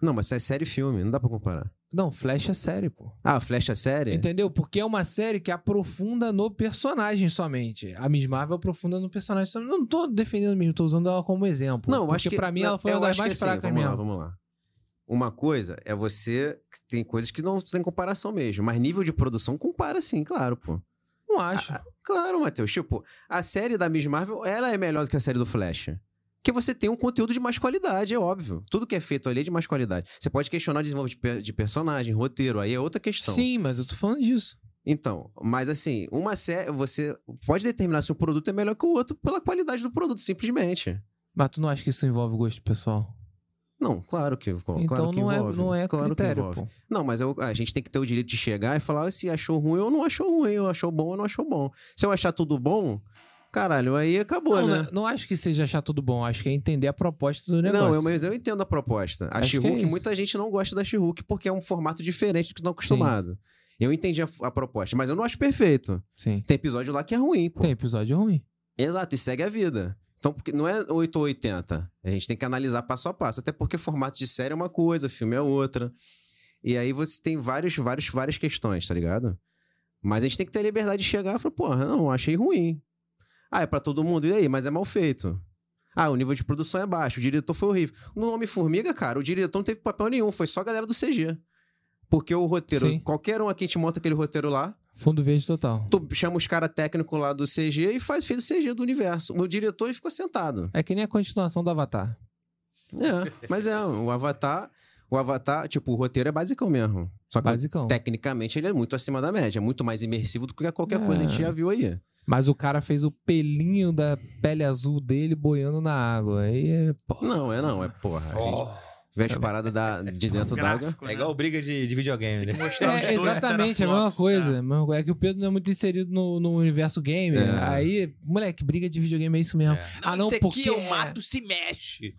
A: Não, mas isso é série e filme, não dá pra comparar.
B: Não, Flash é série, pô.
A: Ah, Flash é série?
B: Entendeu? Porque é uma série que aprofunda no personagem somente. A Miss Marvel aprofunda no personagem somente. Não tô defendendo mesmo, tô usando ela como exemplo.
A: Não, eu
B: porque
A: acho que
B: pra mim
A: não,
B: ela foi
A: eu
B: uma das
A: acho que
B: mais
A: assim,
B: fracas
A: Vamos lá,
B: mesmo.
A: vamos lá. Uma coisa é você que tem coisas que não tem comparação mesmo, mas nível de produção compara sim, claro, pô.
B: Não acho.
A: Ah, Claro, Matheus. Tipo, a série da Miss Marvel, ela é melhor do que a série do Flash. Porque você tem um conteúdo de mais qualidade, é óbvio. Tudo que é feito ali é de mais qualidade. Você pode questionar o desenvolvimento de per- de personagem, roteiro, aí é outra questão.
B: Sim, mas eu tô falando disso.
A: Então, mas assim, uma série, você pode determinar se um produto é melhor que o outro pela qualidade do produto, simplesmente.
B: Mas tu não acha que isso envolve gosto pessoal?
A: Não, claro que, claro
B: então
A: que
B: não, é,
A: envolve.
B: não é
A: claro que
B: critério,
A: envolve.
B: pô.
A: Não, mas eu- a gente tem que ter o direito de chegar e falar "Ah, se achou ruim ou não achou ruim, ou achou bom ou não achou bom. Se eu achar tudo bom, caralho, aí acabou,
B: não,
A: né?
B: não- não acho que seja achar tudo bom, acho que é entender a proposta do negócio.
A: Não, é eu, mas eu entendo a proposta. A
B: Acho que é
A: She-Hulk,
B: isso.
A: muita gente não gosta da She-Hulk porque é um formato diferente do que estão acostumados. Eu entendi a, a proposta, mas eu não acho perfeito.
B: Sim.
A: Tem episódio lá que é ruim, pô.
B: Tem episódio ruim.
A: Exato, e segue a vida. Então, porque não é 8 ou 80. A gente tem que analisar passo a passo. Até porque formato de série é uma coisa, filme é outra. E aí você tem vários, vários, várias questões, tá ligado? Mas a gente tem que ter a liberdade de chegar e falar, porra, não, achei ruim. Ah, é pra todo mundo, e aí? Mas é mal feito. Ah, o nível de produção é baixo, o diretor foi horrível. No Homem-Formiga, cara, o diretor não teve papel nenhum, foi só a galera do CG. Porque o roteiro,
B: Sim.
A: qualquer um aqui te monta aquele roteiro lá,
B: Fundo verde total.
A: Tu chama os caras técnicos lá do CG e faz fez o CG do universo. O diretor ele ficou sentado.
B: É que nem a continuação do Avatar.
A: É, mas é, o Avatar, o Avatar, tipo, o roteiro é basicão mesmo. Só que
B: Basicão.
A: tecnicamente ele é muito acima da média, é muito mais imersivo do que qualquer
B: É.
A: coisa que a gente já viu aí.
B: Mas o cara fez o pelinho da pele azul dele boiando na água. Aí é. pô.
A: Não, é não, é porra. A gente
C: Ó,
A: vê as paradas da, de dentro d'água.
D: um Gráfico, né?
C: é igual briga de, de videogame, né?
D: mostrar os
B: É,
D: dois
B: exatamente, é a mesma
D: teraflops,
B: coisa. Mesma coisa. É que o Pedro não é muito inserido no, no universo game.
A: É.
B: Aí, moleque, briga de videogame é isso mesmo.
C: É.
B: Ah, não,
C: Isso
B: porque.
C: aqui eu mato, se mexe.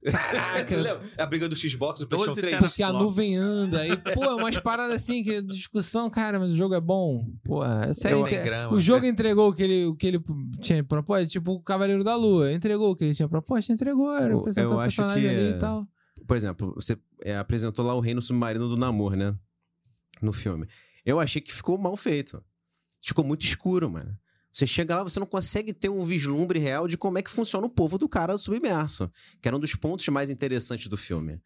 C: *laughs*
B: Caraca. tá-
C: Lembra? a briga do Xbox do PlayStation
D: 12
C: 3.
D: tera-
B: Porque a
D: Flops.
B: nuvem anda. Aí, pô, é umas paradas assim, que discussão, cara, mas o jogo é bom. Pô, é sério.
C: Eu-
B: inte-
C: Tem
D: Tá
C: grama.
B: O
D: né?
B: jogo entregou o que ele, o que ele tinha proposta, tipo o Cavaleiro da Lua. Entregou o que ele tinha proposta, entregou. Era
A: Eu-
B: apresentar
A: eu
B: o
A: acho
B: personagem
A: que
B: ali
A: é-
B: e tal.
A: Por exemplo, você é, apresentou lá o reino submarino do Namor, né? No filme. Eu achei que ficou mal feito. ficou muito escuro, mano. Você chega lá, você não consegue ter um vislumbre real de como é que funciona o povo do cara submerso, que era um dos pontos mais interessantes do filme.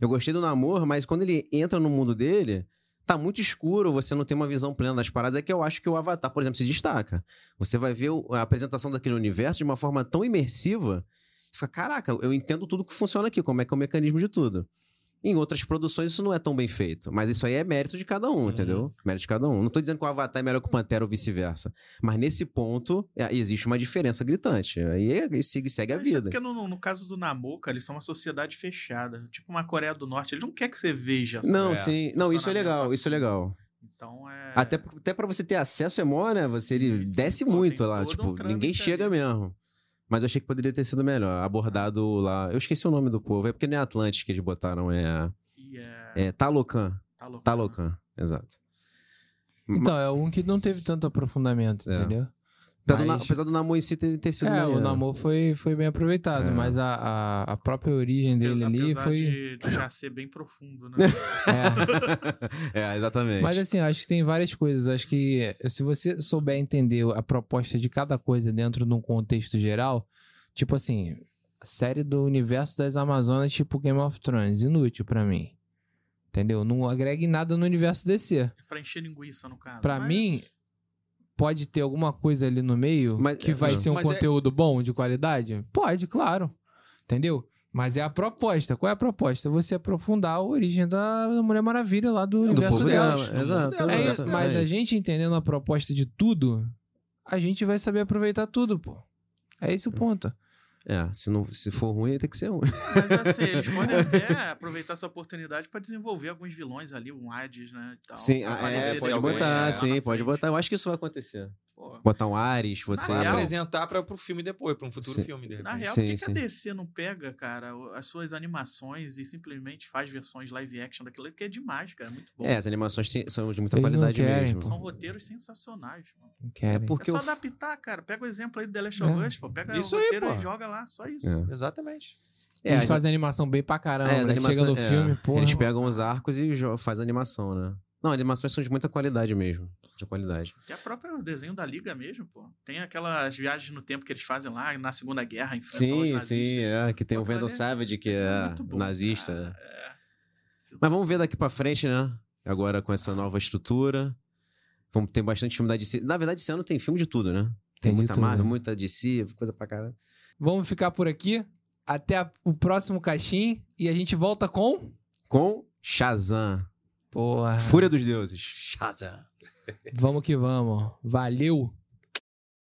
A: Eu gostei do namoro, mas quando ele entra no mundo dele, tá muito escuro, você não tem uma visão plena das paradas. É que eu acho que o Avatar, por exemplo, se destaca. Você vai ver o- a apresentação daquele universo de uma forma tão imersiva, você fica, caraca, eu entendo tudo que funciona aqui, como é que é o mecanismo de tudo. Em outras produções isso não é tão bem feito, mas isso aí é mérito de cada um, entendeu? Mérito de cada um. Não tô dizendo que o Avatar é melhor que o Pantera ou vice-versa, mas nesse ponto é, existe uma diferença gritante. Aí é- segue, segue a
D: Mas é
A: vida.
D: Porque no, no- no caso do Namuca, eles são uma sociedade fechada. Tipo uma Coreia do Norte. Eles não querem que você veja. sabe?
A: Não,
C: É,
A: sim. Não, isso é
D: funcionamento
A: legal,
D: assim.
A: isso é legal.
D: Então é.
A: Até, até para você ter acesso é mó, né? Você, ele
D: Sim,
A: desce
D: pô,
A: muito
D: tem
A: lá,
D: todo
A: tipo,
D: um trâmite
A: ninguém chega
D: ali.
A: mesmo. Mas eu achei que poderia ter sido melhor, abordado lá. Eu esqueci o nome do povo, é porque não é Atlântico que eles botaram, é.
D: E é...
A: É Talocan.
D: Tá louco.
A: Talocan, exato.
B: Então, é um que não teve tanto aprofundamento,
A: É.
B: entendeu?
A: Tá do
B: Mas-
A: na- apesar do namoro em si ter, ter sido.
B: É, o
A: maneiro.
B: namoro foi, foi bem aproveitado,
A: É.
B: mas a, a, a própria origem dele ali
D: Apesar
B: foi.
D: de, de já ser bem
A: *laughs*
D: profundo, né?
B: *laughs* É.
A: *laughs* é, exatamente.
B: Mas assim, acho que tem várias coisas. Acho que eh, se você souber entender a proposta de cada coisa dentro de um contexto geral, tipo assim, a série do universo das Amazonas, tipo Game of Thrones, inútil pra mim. Entendeu? Não agrega em nada no universo DC.
D: É pra encher linguiça, no caso.
B: Pra
D: Ah, Mas-
B: mim, pode ter alguma coisa ali no meio
A: Mas-
B: que vai
A: é.
B: ser um
C: Mas é-
B: conteúdo bom, de qualidade? Pode, claro. Entendeu? Mas é a proposta. Qual é a proposta? Você aprofundar a origem da da Mulher Maravilha lá do,
A: Do
B: universo
A: povo
B: dela.
A: dela, Exato.
C: dela.
B: É isso,
A: exato,
B: mas
A: é
B: a
A: isso.
B: gente entendendo a proposta de tudo, a gente vai saber aproveitar tudo, pô. É
A: Hum.
B: esse o ponto.
A: É, se, não, se for ruim, tem que ser ruim.
D: Mas assim,
A: *laughs*
D: eles podem até aproveitar essa oportunidade pra desenvolver alguns vilões ali, um Hades, né? e tal,
A: sim,
D: pra
A: ah, é,
D: aparecer
A: pode
D: depois,
A: botar,
D: né, lá
A: sim,
D: na
A: pode
D: frente.
A: botar. Eu acho que isso vai acontecer.
D: Pô,
A: Botar um Ares, você.
B: é
D: Ah,
C: E
D: real.
A: abre-
C: apresentar pra, pro filme depois, pra um futuro
A: Sim.
C: filme. de
D: Na
C: repente.
D: real,
A: Sim,
D: por que, que
A: sim.
D: a DC não pega, cara, o- as suas animações e simplesmente faz versões live action daquilo? ali? Porque é demais, cara. É muito bom.
A: É, as animações têm- são de muita
B: Eles não
A: qualidade
B: querem,
A: mesmo.
B: pô.
D: São roteiros sensacionais, mano.
B: Não
A: É
B: querem.
A: porque
D: é
A: o
D: só adaptar, cara. Pega o exemplo aí do The Last
B: É.
D: of Us, pô. Pega
C: Isso
D: o
C: aí,
D: roteiro
C: pô.
D: e joga lá. Só isso.
A: É.
C: Exatamente.
A: É,
B: Eles
A: a-
B: fazem animação bem pra caramba,
A: É, as
B: né? Chega no
A: animações- é,
B: filme, porra.
A: Eles pegam os arcos e jo- fazem animação, né? Não, animações são de muita qualidade mesmo. De qualidade.
D: Que é o próprio desenho da Liga mesmo, pô. Tem aquelas viagens no tempo que eles fazem lá na Segunda Guerra, enfrentando os
A: Sim,
D: nazistas.
A: sim, é. Que tem o
D: Pô,
A: Vendel
D: cara, é-
A: Savage, que
D: É
A: é
D: muito bom,
A: nazista.
D: cara.
A: né?
D: É.
A: Mas vamos ver daqui pra frente, né? Agora com essa nova estrutura. Vamos ter bastante filme da DC. Na verdade, esse ano tem filme de tudo, né? Tem,
B: Tem de
A: muita
B: tudo.
A: Marvel, muita DC, coisa pra caralho.
B: Vamos ficar por aqui. Até a- o próximo caixinho. E a gente volta com.
A: Com Shazam.
B: Porra.
A: Fúria dos Deuses.
C: Shazam.
B: Vamos que vamos. Valeu!